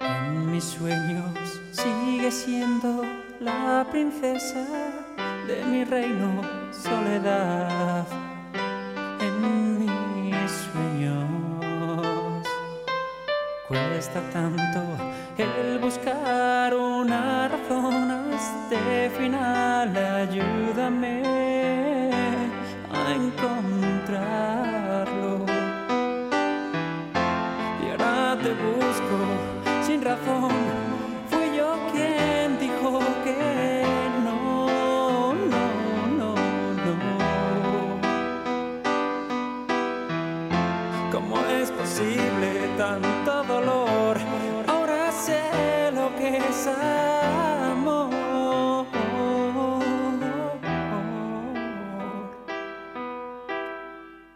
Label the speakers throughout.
Speaker 1: En mis sueños sigue siendo la princesa de mi reino soledad. En mis sueños cuesta tanto el buscar una razón a este final. Ayúdame a encontrarlo y ahora te busco sin razón. Fui yo quien dijo que no, no, no, no. ¿Cómo es posible tanto dolor? Ahora sé lo que es amor.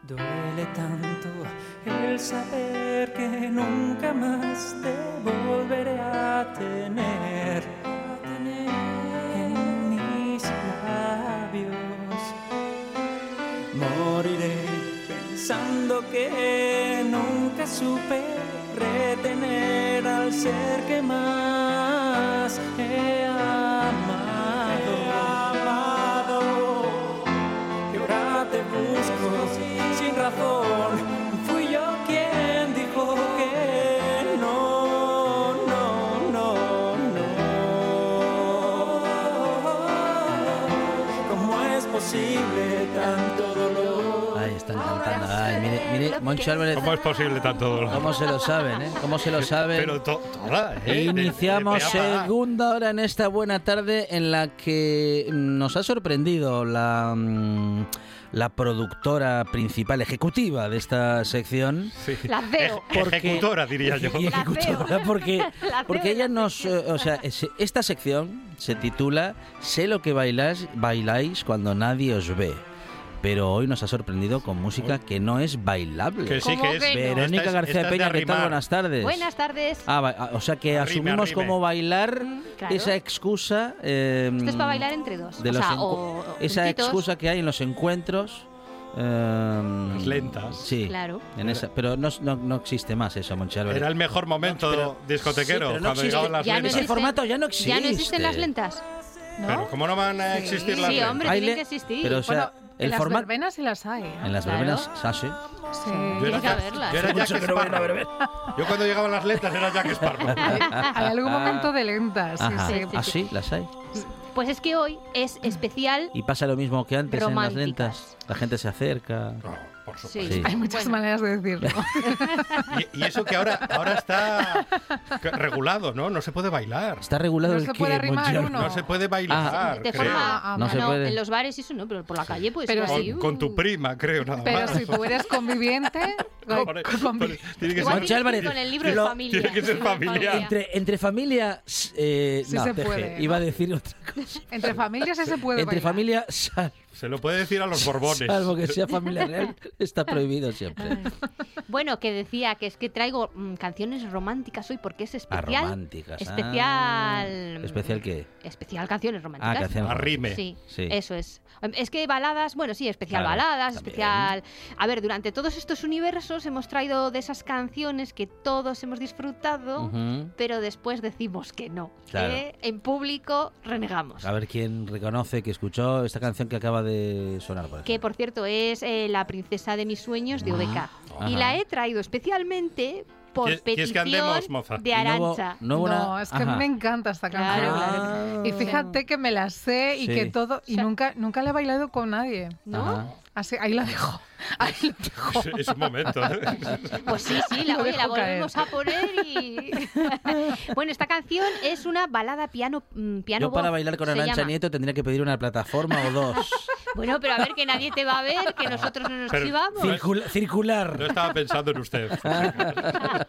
Speaker 1: Duele tanto el saber que nunca más te volveré a tener, a tener en mis labios. Moriré pensando que nunca supe retener al ser que más he amado. Y ahora te busco sin razón. Fui yo quien dijo que no, no, no, no. ¿Cómo es posible tanto dolor?
Speaker 2: Ay, están cantando. Ay, mire, mire, Moncho Álvarez.
Speaker 3: ¿Cómo es posible tanto dolor?
Speaker 2: ¿Cómo se lo saben, eh? ¿Cómo se lo saben? E
Speaker 3: Pero to- toda, ¿eh?
Speaker 2: Iniciamos
Speaker 3: De- de- de-
Speaker 2: segunda hora en esta buena tarde en la que nos ha sorprendido la, mm, la productora principal ejecutiva de esta sección.
Speaker 3: Sí.
Speaker 4: La veo.
Speaker 3: Eje- Ejecutora, diría yo.
Speaker 2: Y
Speaker 4: La
Speaker 2: ejecutora,
Speaker 4: veo.
Speaker 2: porque,
Speaker 4: La
Speaker 2: porque
Speaker 4: veo,
Speaker 2: ella
Speaker 4: la
Speaker 2: nos... eh, o sea, es- esta sección se titula Sé lo que bailas, bailáis cuando nadie os ve. Pero hoy nos ha sorprendido con música que no es bailable.
Speaker 3: Que sí
Speaker 4: ¿Cómo
Speaker 3: que es.
Speaker 4: que no?
Speaker 3: Esta
Speaker 2: Verónica
Speaker 3: es-
Speaker 2: García
Speaker 3: esta es de
Speaker 2: Peña, ¿qué tal?
Speaker 3: arrimar.
Speaker 2: Buenas tardes.
Speaker 4: Buenas tardes.
Speaker 2: Ah, va- ah, o sea que
Speaker 3: Arrime,
Speaker 2: asumimos
Speaker 3: arrime.
Speaker 2: como bailar
Speaker 4: claro.
Speaker 2: esa excusa. em,
Speaker 4: Esto es para bailar entre dos.
Speaker 2: de
Speaker 4: o
Speaker 2: los
Speaker 4: sea,
Speaker 2: encu-
Speaker 4: o, o
Speaker 2: esa
Speaker 4: juntitos.
Speaker 2: excusa que hay en los encuentros. eh,
Speaker 3: Las lentas.
Speaker 2: Sí.
Speaker 4: Claro.
Speaker 2: En esa, pero no, no, no existe más eso, Monchi Álvarez.
Speaker 3: Era el mejor momento
Speaker 2: pero-
Speaker 3: discotequero,
Speaker 2: sí, pero no
Speaker 3: cuando
Speaker 2: existe-
Speaker 3: llegaban las
Speaker 4: ya no
Speaker 3: lentas.
Speaker 2: Ese
Speaker 4: existe-
Speaker 2: formato ya no existe.
Speaker 4: Ya no existen las lentas. ¿No?
Speaker 3: Pero ¿cómo no van a existir las
Speaker 4: sí,
Speaker 3: lentas?
Speaker 4: hombre,
Speaker 2: Hay
Speaker 4: tienen
Speaker 2: le-
Speaker 4: que existir.
Speaker 2: Pero, o sea,
Speaker 5: bueno, en
Speaker 2: el
Speaker 5: las
Speaker 2: formato.
Speaker 5: verbenas sí las hay. ¿eh?
Speaker 2: En las
Speaker 4: Claro.
Speaker 2: verbenas, ah, sí.
Speaker 5: Sí.
Speaker 3: Yo
Speaker 4: Tiene
Speaker 3: era
Speaker 4: que
Speaker 3: Jack-
Speaker 4: haberlas.
Speaker 3: Yo era
Speaker 4: Hace
Speaker 3: Jack Sparrow. Yo cuando llegaban las letras era Jack Sparrow.
Speaker 5: Hay algún momento de lentas. sí,
Speaker 2: Ah, Ajá.
Speaker 5: sí.
Speaker 4: sí,
Speaker 2: Ah,
Speaker 4: sí.
Speaker 2: sí, las hay.
Speaker 4: Pues es que hoy es especial.
Speaker 2: Y pasa lo mismo que antes en las
Speaker 4: Románticas.
Speaker 2: lentas. La gente se acerca.
Speaker 3: No, Ah, por
Speaker 4: Sí.
Speaker 3: supuesto.
Speaker 5: Hay muchas
Speaker 4: Bueno.
Speaker 5: maneras de decirlo.
Speaker 3: Y, y eso que ahora, ahora está que- regulado, ¿no? No se puede bailar.
Speaker 2: Está regulado
Speaker 5: No
Speaker 2: el
Speaker 5: se
Speaker 2: que
Speaker 5: puede arrimar uno.
Speaker 3: No se puede bailar.
Speaker 4: De
Speaker 3: creo.
Speaker 4: forma.
Speaker 5: Ah,
Speaker 2: No se puede.
Speaker 4: en los bares y eso no, pero por la calle pues.
Speaker 5: Pero
Speaker 4: sí,
Speaker 5: sí.
Speaker 3: Con, con tu prima, creo, nada
Speaker 5: Pero
Speaker 3: más.
Speaker 5: si tú eres conviviente, con-
Speaker 3: Por-
Speaker 5: con-
Speaker 3: por- tiene que
Speaker 4: Igual
Speaker 3: ser-
Speaker 4: tiene que
Speaker 2: Moncho
Speaker 4: ir
Speaker 2: Álvarez,
Speaker 4: con el libro de
Speaker 2: lo-
Speaker 4: familia.
Speaker 3: tiene que ser
Speaker 4: sí, de
Speaker 3: familiar.
Speaker 2: Entre, entre familias. eh,
Speaker 5: Sí
Speaker 2: no,
Speaker 5: se
Speaker 2: deje,
Speaker 5: puede, ¿no?
Speaker 2: Iba a decir otra cosa.
Speaker 5: entre familias ese puede
Speaker 2: Entre
Speaker 5: bailar.
Speaker 2: familias, sal-
Speaker 3: Se lo puede decir a los borbones.
Speaker 2: salvo que sea familia real, está prohibido siempre.
Speaker 4: Bueno, que decía que es que traigo mm, canciones románticas hoy porque es
Speaker 2: A
Speaker 4: especial.
Speaker 2: románticas. ah.
Speaker 4: Especial.
Speaker 2: ¿Especial qué?
Speaker 4: Especial canciones
Speaker 2: Ah,
Speaker 4: románticas.
Speaker 2: que hacen
Speaker 3: Arrime.
Speaker 4: Sí,
Speaker 2: Sí.
Speaker 4: eso es. Es que baladas, bueno, sí, especial
Speaker 2: Claro,
Speaker 4: baladas,
Speaker 2: también.
Speaker 4: especial... A ver, durante todos estos universos hemos traído de esas canciones que todos hemos disfrutado,
Speaker 2: Ujú.
Speaker 4: pero después decimos que no.
Speaker 2: Claro.
Speaker 4: ¿eh? En público renegamos.
Speaker 2: A ver quién reconoce que escuchó esta canción que acaba de sonar. por
Speaker 4: Que
Speaker 2: ejemplo.
Speaker 4: por cierto es eh, La princesa de mis sueños de ODK. Y
Speaker 2: Ah, Ajá.
Speaker 4: la he traído especialmente por
Speaker 3: ¿Quieres- quieres que
Speaker 4: petición
Speaker 3: andemos, moza?
Speaker 4: de
Speaker 2: Y no hubo-
Speaker 4: Arancha.
Speaker 2: no hubo una-
Speaker 5: No, es que a
Speaker 2: Ajá.
Speaker 5: mí me encanta esta
Speaker 4: Claro,
Speaker 5: canción.
Speaker 4: claro.
Speaker 5: Y fíjate que me la sé y
Speaker 2: Sí.
Speaker 5: que todo. Y
Speaker 4: O sea-
Speaker 5: nunca, nunca la he bailado con nadie.
Speaker 4: ¿No?
Speaker 2: Ajá.
Speaker 5: Así, ahí la dejo. Ahí la dejo.
Speaker 3: Es, es un momento. ¿eh?
Speaker 4: Pues sí, sí, la,
Speaker 5: Lo
Speaker 4: oye, la
Speaker 5: dejo caer.
Speaker 4: volvemos a poner y... bueno, esta canción es una balada piano mm, piano
Speaker 2: Yo para
Speaker 4: voz,
Speaker 2: bailar con
Speaker 4: se
Speaker 2: Arancha
Speaker 4: llama.
Speaker 2: Nieto tendría que pedir una plataforma o dos. Ah.
Speaker 4: Bueno, pero a ver que nadie te va a ver, que nosotros no nos
Speaker 3: Pero-
Speaker 4: chivamos.
Speaker 3: Sí.
Speaker 2: Circula-
Speaker 3: No
Speaker 2: circular.
Speaker 3: estaba pensando en usted.
Speaker 2: Ah,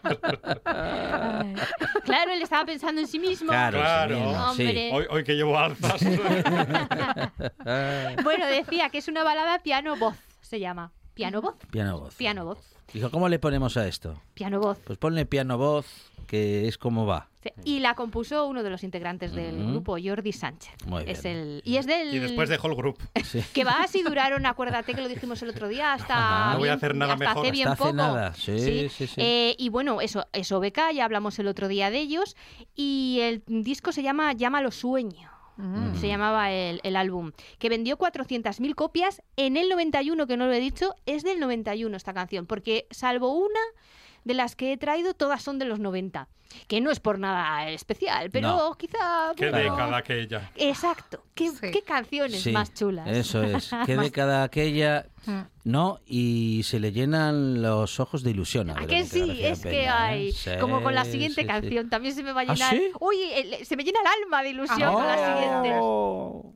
Speaker 4: Claro, él estaba pensando en sí mismo.
Speaker 2: Claro,
Speaker 3: Claro.
Speaker 2: sí, mismo, sí.
Speaker 4: Hombre.
Speaker 3: Hoy, hoy que llevo alzas.
Speaker 2: Ah.
Speaker 4: Bueno, decía que es una balada piano voz, se llama. Piano voz.
Speaker 2: Piano voz.
Speaker 4: Piano voz.
Speaker 2: Dijo, ¿cómo le ponemos a esto?
Speaker 4: Piano voz.
Speaker 2: Pues ponle piano voz, que es como va.
Speaker 4: Sí, Y la compuso uno de los integrantes del
Speaker 2: Ujú.
Speaker 4: grupo, Jordi Sánchez.
Speaker 2: Mm. Muy
Speaker 4: Es
Speaker 2: bien.
Speaker 4: el, y es del.
Speaker 3: Y después dejó pues el grupo.
Speaker 2: Sí.
Speaker 4: Que va así duraron, acuérdate que lo dijimos el otro día, hasta.
Speaker 2: Ajá. No
Speaker 3: voy a
Speaker 4: bien-
Speaker 3: hacer nada
Speaker 4: hasta
Speaker 3: mejor.
Speaker 4: Hace bien
Speaker 2: Hasta hace
Speaker 4: poco.
Speaker 2: nada. Sí, sí, sí.
Speaker 4: Eh, y bueno, eso, eso beca, ya hablamos el otro día de ellos. Y el disco se llama Llámalo Sueño.
Speaker 5: Mm.
Speaker 4: Se llamaba el, el álbum, que vendió 400.000 copias en el 91, que no lo he dicho, es del 91 esta canción, porque salvo una de las que he traído, todas son de los 90, que no es por nada especial, pero
Speaker 2: No.
Speaker 4: quizá...
Speaker 3: Qué
Speaker 4: bueno,
Speaker 3: década aquella.
Speaker 4: Exacto, qué,
Speaker 5: Sí.
Speaker 4: qué canciones
Speaker 2: Sí,
Speaker 4: más chulas.
Speaker 2: Eso es. Qué década aquella.
Speaker 5: Mm.
Speaker 2: No, y se le llenan los ojos de ilusión.
Speaker 4: ¿A
Speaker 2: Verónica
Speaker 4: que sí?
Speaker 2: García
Speaker 4: Es que
Speaker 2: Peña, ¿eh?
Speaker 4: hay.
Speaker 2: Sí,
Speaker 4: como con la
Speaker 2: sí,
Speaker 4: siguiente
Speaker 2: sí.
Speaker 4: canción, también se me va a
Speaker 2: ¿Ah,
Speaker 4: llenar.
Speaker 2: sí? Ah.
Speaker 4: Uy, el- se me llena el alma de ilusión con la siguiente.
Speaker 6: Oh.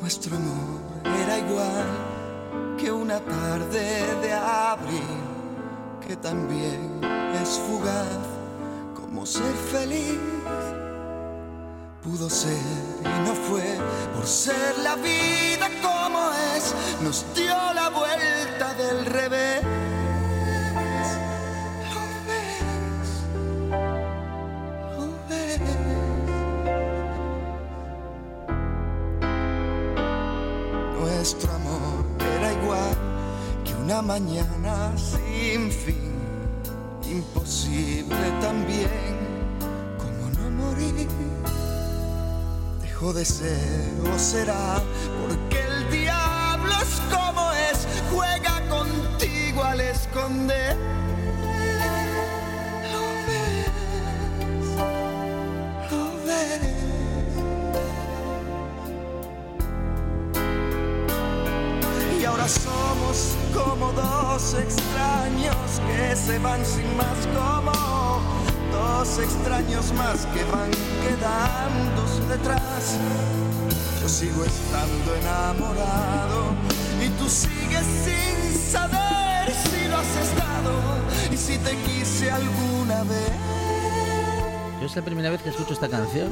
Speaker 7: Nuestro amor era igual que una tarde de abril, que también es fugaz como ser feliz. Pudo ser y no fue por ser la vida como es, nos dio la vuelta del revés. Lo ves, lo ves. Nuestro amor era igual que una mañana sin fin, imposible también como no morir. Dejó de ser o será porque el diablo es como es, juega contigo al esconder. Lo ves, lo ves. Y ahora somos como dos extraños que se van sin más como dos extraños más que van quedándose detrás. Yo sigo estando enamorado y tú sigues sin saber si lo has estado y si te quise alguna vez.
Speaker 2: Yo es la primera vez que escucho esta canción.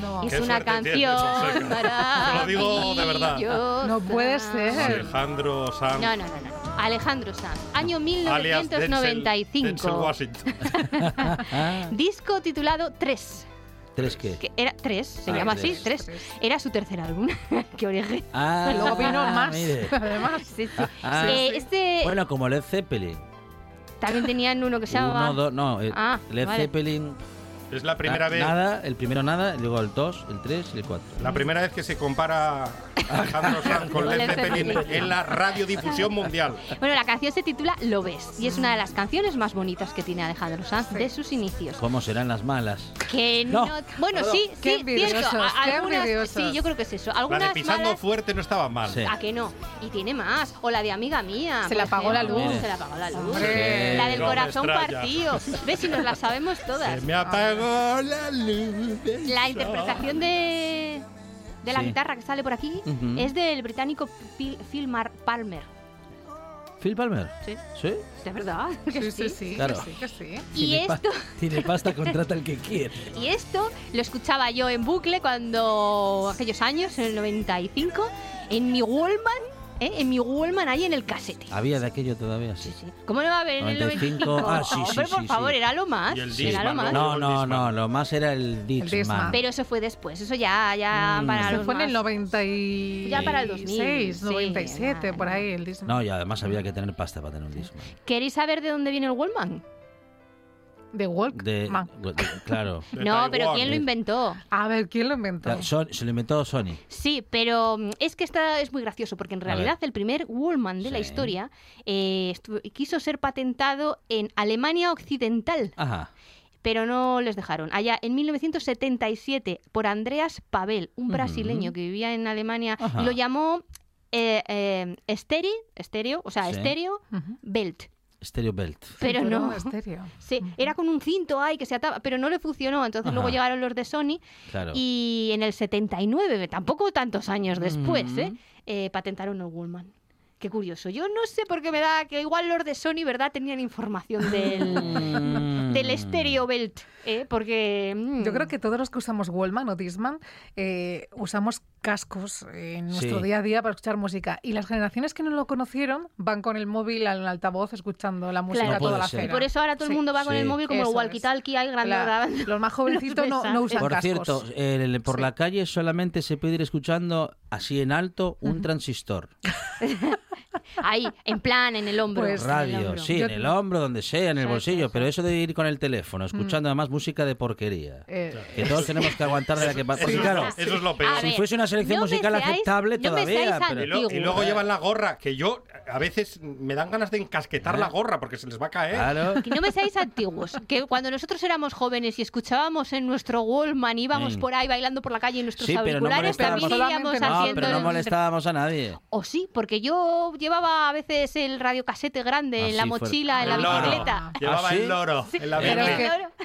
Speaker 5: No.
Speaker 4: Es
Speaker 3: Qué
Speaker 4: una
Speaker 3: suerte tienes,
Speaker 4: canción
Speaker 3: Fonseca.
Speaker 4: para.
Speaker 3: Te lo digo de
Speaker 4: ti,
Speaker 3: verdad.
Speaker 4: yo
Speaker 5: No puede
Speaker 4: estará.
Speaker 5: ser.
Speaker 3: Alejandro Sanz.
Speaker 4: No, no, no, no. Alejandro Sanz, año
Speaker 3: Ah. alias Denzel-
Speaker 4: 1995.
Speaker 3: Denzel Washington.
Speaker 2: Ah,
Speaker 4: Disco titulado 3.
Speaker 2: ¿Tres qué?
Speaker 4: Que era 3, se
Speaker 2: Ah,
Speaker 4: llama así,
Speaker 2: tres.
Speaker 4: 3. Era su tercer álbum. Qué origen.
Speaker 2: Ah,
Speaker 5: Y luego vino más,
Speaker 2: mire.
Speaker 5: además.
Speaker 4: Sí, sí.
Speaker 2: Ah.
Speaker 4: Eh, este
Speaker 2: Bueno, como Led Zeppelin.
Speaker 4: también tenían uno que se llamaba.
Speaker 2: Uno, dos, no. eh,
Speaker 4: Ah,
Speaker 2: Led
Speaker 4: vale.
Speaker 2: Zeppelin.
Speaker 3: Es la primera
Speaker 2: na-
Speaker 3: vez.
Speaker 2: Nada, el primero nada, y luego el dos, el tres y el cuatro.
Speaker 3: La primera vez que se compara Alejandro Sanz con Led Zeppelin en la radiodifusión mundial.
Speaker 4: Bueno, la canción se titula Lo ves y es una de las canciones más bonitas que tiene Alejandro Sanz de sus inicios.
Speaker 2: ¿Cómo serán las malas?
Speaker 4: Que
Speaker 2: No.
Speaker 4: no, bueno, sí,
Speaker 5: Qué
Speaker 4: sí, cierto,
Speaker 5: envidiosos,
Speaker 4: a-
Speaker 5: qué
Speaker 4: algunas,
Speaker 5: envidiosos.
Speaker 4: sí, yo creo que es eso.
Speaker 3: La
Speaker 4: Algunas
Speaker 3: de pisando
Speaker 4: malas-
Speaker 3: fuerte no estaba mal.
Speaker 2: Sí.
Speaker 4: ¿A que no? Y tiene más. O la de amiga mía.
Speaker 5: Se
Speaker 4: por
Speaker 5: le apagó la
Speaker 4: ejemplo.
Speaker 2: luz.
Speaker 4: Se le apagó la luz.
Speaker 5: Hombre.
Speaker 4: La del
Speaker 3: No me
Speaker 4: corazón
Speaker 3: extraña.
Speaker 4: partido. ¿Ves si nos la sabemos
Speaker 3: Se
Speaker 4: todas?
Speaker 3: me apagó la luz. del
Speaker 4: La
Speaker 3: sol.
Speaker 4: interpretación de, de la
Speaker 2: Sí.
Speaker 4: guitarra que sale por aquí
Speaker 2: Ujú.
Speaker 4: es del británico Phil, Phil Mar- Palmer.
Speaker 2: Phil Palmer.
Speaker 4: Sí.
Speaker 2: ¿Sí?
Speaker 4: ¿De verdad?
Speaker 5: Sí, sí, sí, que
Speaker 2: Claro.
Speaker 5: sí, que sí.
Speaker 4: Y
Speaker 2: Tiene pa-
Speaker 4: esto-
Speaker 2: Tiene pasta, contrata el que quiere.
Speaker 4: Y esto lo escuchaba yo en bucle cuando aquellos años, en el 95, en mi Wallman, ¿eh? en mi Wallman ahí en el casete.
Speaker 2: Había de aquello todavía, sí.
Speaker 4: Sí, sí. ¿Cómo no va a haber en el
Speaker 2: 95?
Speaker 4: 95?
Speaker 2: Ah, sí, sí,
Speaker 4: Hombre,
Speaker 2: sí,
Speaker 4: por
Speaker 2: sí.
Speaker 4: favor, era lo más.
Speaker 3: Y el
Speaker 4: era lo
Speaker 3: Discman,
Speaker 4: más.
Speaker 2: No,
Speaker 3: ¿no?
Speaker 2: no,
Speaker 3: Discman.
Speaker 2: no, lo más era el Dixman.
Speaker 5: Discman.
Speaker 4: Pero eso fue después, eso ya, ya
Speaker 2: Mm.
Speaker 4: para
Speaker 5: Se
Speaker 4: los
Speaker 5: Ah. fue en el
Speaker 4: más-
Speaker 5: 96,
Speaker 4: Ya para el 2000, sí,
Speaker 5: 97,
Speaker 4: ya,
Speaker 5: por
Speaker 4: ya.
Speaker 5: ahí el Disney.
Speaker 2: No, y además había que tener pasta para tener un Discman.
Speaker 4: ¿Queréis saber de dónde viene el Wallman?
Speaker 5: De
Speaker 2: De,
Speaker 5: Walkman.
Speaker 2: de- claro.
Speaker 3: De
Speaker 4: No, pero
Speaker 3: Taiwán. eh.
Speaker 4: ¿quién lo inventó?
Speaker 5: A ver, ¿quién lo inventó?
Speaker 2: La- Son- se lo inventó Sony.
Speaker 4: Sí, pero mm, es que esta es muy gracioso porque en
Speaker 2: A ver.
Speaker 4: realidad el primer Wallman de la
Speaker 2: Sí.
Speaker 4: historia eh, estu- quiso ser patentado en Alemania Occidental,
Speaker 2: Ajá.
Speaker 4: pero no les dejaron. Allá en 1977 por Andreas Pavel, un
Speaker 2: Ujú.
Speaker 4: brasileño que vivía en Alemania,
Speaker 2: Ajá.
Speaker 4: y lo llamó eh, eh, estéreo, estéreo, o sea,
Speaker 2: Sí.
Speaker 4: estéreo
Speaker 5: Ujú.
Speaker 4: Belt.
Speaker 2: Stereo Belt.
Speaker 4: Pero
Speaker 5: Cinturón
Speaker 4: no.
Speaker 5: estéreo.
Speaker 4: Sí, era con un cinto ahí que se ataba, pero no le funcionó. Entonces luego
Speaker 2: Ajá.
Speaker 4: llegaron los de Sony
Speaker 2: Claro.
Speaker 4: y en el 79, tampoco tantos años después,
Speaker 2: Ujú.
Speaker 4: ¿eh? Eh, patentaron el Wallman. Qué curioso. Yo no sé por qué me da que igual los de Sony, ¿verdad? Tenían información del,
Speaker 2: Mm.
Speaker 4: del Stereo Belt, ¿eh? Porque... mm,
Speaker 5: Yo creo que todos los que usamos Wallman o Disman eh, usamos cascos en nuestro
Speaker 2: Sí.
Speaker 5: día a día para escuchar música. Y las generaciones que no lo conocieron van con el móvil al altavoz escuchando la música
Speaker 4: Claro. No
Speaker 5: toda
Speaker 2: puede
Speaker 5: la
Speaker 2: ser.
Speaker 5: acera.
Speaker 4: Y por eso ahora todo el
Speaker 5: Sí.
Speaker 4: mundo va con el
Speaker 2: Sí.
Speaker 4: móvil como el
Speaker 5: Eso es.
Speaker 4: walkie-talkie ahí grande.
Speaker 5: La-
Speaker 4: grabando.
Speaker 5: los más jovencitos no, no
Speaker 4: mensajes.
Speaker 5: usan
Speaker 2: Por
Speaker 5: cascos.
Speaker 2: cierto, el- por
Speaker 5: Sí.
Speaker 2: la calle solamente se puede ir escuchando así en alto un transistor.
Speaker 4: Ahí, en plan, en el hombro.
Speaker 5: Pues-
Speaker 4: en el
Speaker 2: Radio,
Speaker 4: hombro.
Speaker 2: sí,
Speaker 5: Yo-
Speaker 2: en el hombro, donde sea, en el
Speaker 4: Sí,
Speaker 2: bolsillo,
Speaker 4: sí,
Speaker 2: pero eso de ir con el teléfono,
Speaker 4: Mm.
Speaker 2: escuchando además música de porquería.
Speaker 5: Eh,
Speaker 2: Que todos tenemos que aguantar de la que pasa.
Speaker 3: Eso,
Speaker 2: Porque claro,
Speaker 3: eso es lo peor.
Speaker 4: A
Speaker 2: si
Speaker 4: ver,
Speaker 2: fuese una selección
Speaker 4: no me
Speaker 2: musical
Speaker 4: seáis-
Speaker 2: aceptable
Speaker 4: no me
Speaker 2: todavía,
Speaker 4: seáis
Speaker 2: pero-
Speaker 3: Y, lo- y luego
Speaker 4: antiguos.
Speaker 3: llevan la gorra, que yo a veces me dan ganas de encasquetar la gorra porque se les va a caer.
Speaker 2: claro.
Speaker 4: Que no me seáis antiguos, que cuando nosotros éramos jóvenes y escuchábamos en nuestro Wallman, íbamos
Speaker 2: Mm.
Speaker 4: por ahí bailando por la calle en nuestros
Speaker 2: Sí, pero no
Speaker 4: auriculares,
Speaker 2: molestábamos.
Speaker 4: también íbamos
Speaker 5: Solamente
Speaker 4: haciendo...
Speaker 2: No, pero no
Speaker 4: el-
Speaker 2: molestábamos a nadie.
Speaker 4: O sí, porque yo llevaba a veces el radiocasete grande en la
Speaker 2: Así fuera.
Speaker 4: mochila, en la
Speaker 3: El loro.
Speaker 4: bicicleta.
Speaker 3: Llevaba
Speaker 2: ¿Ah, sí?
Speaker 3: el loro en la
Speaker 5: Pero
Speaker 4: Pero
Speaker 3: birria.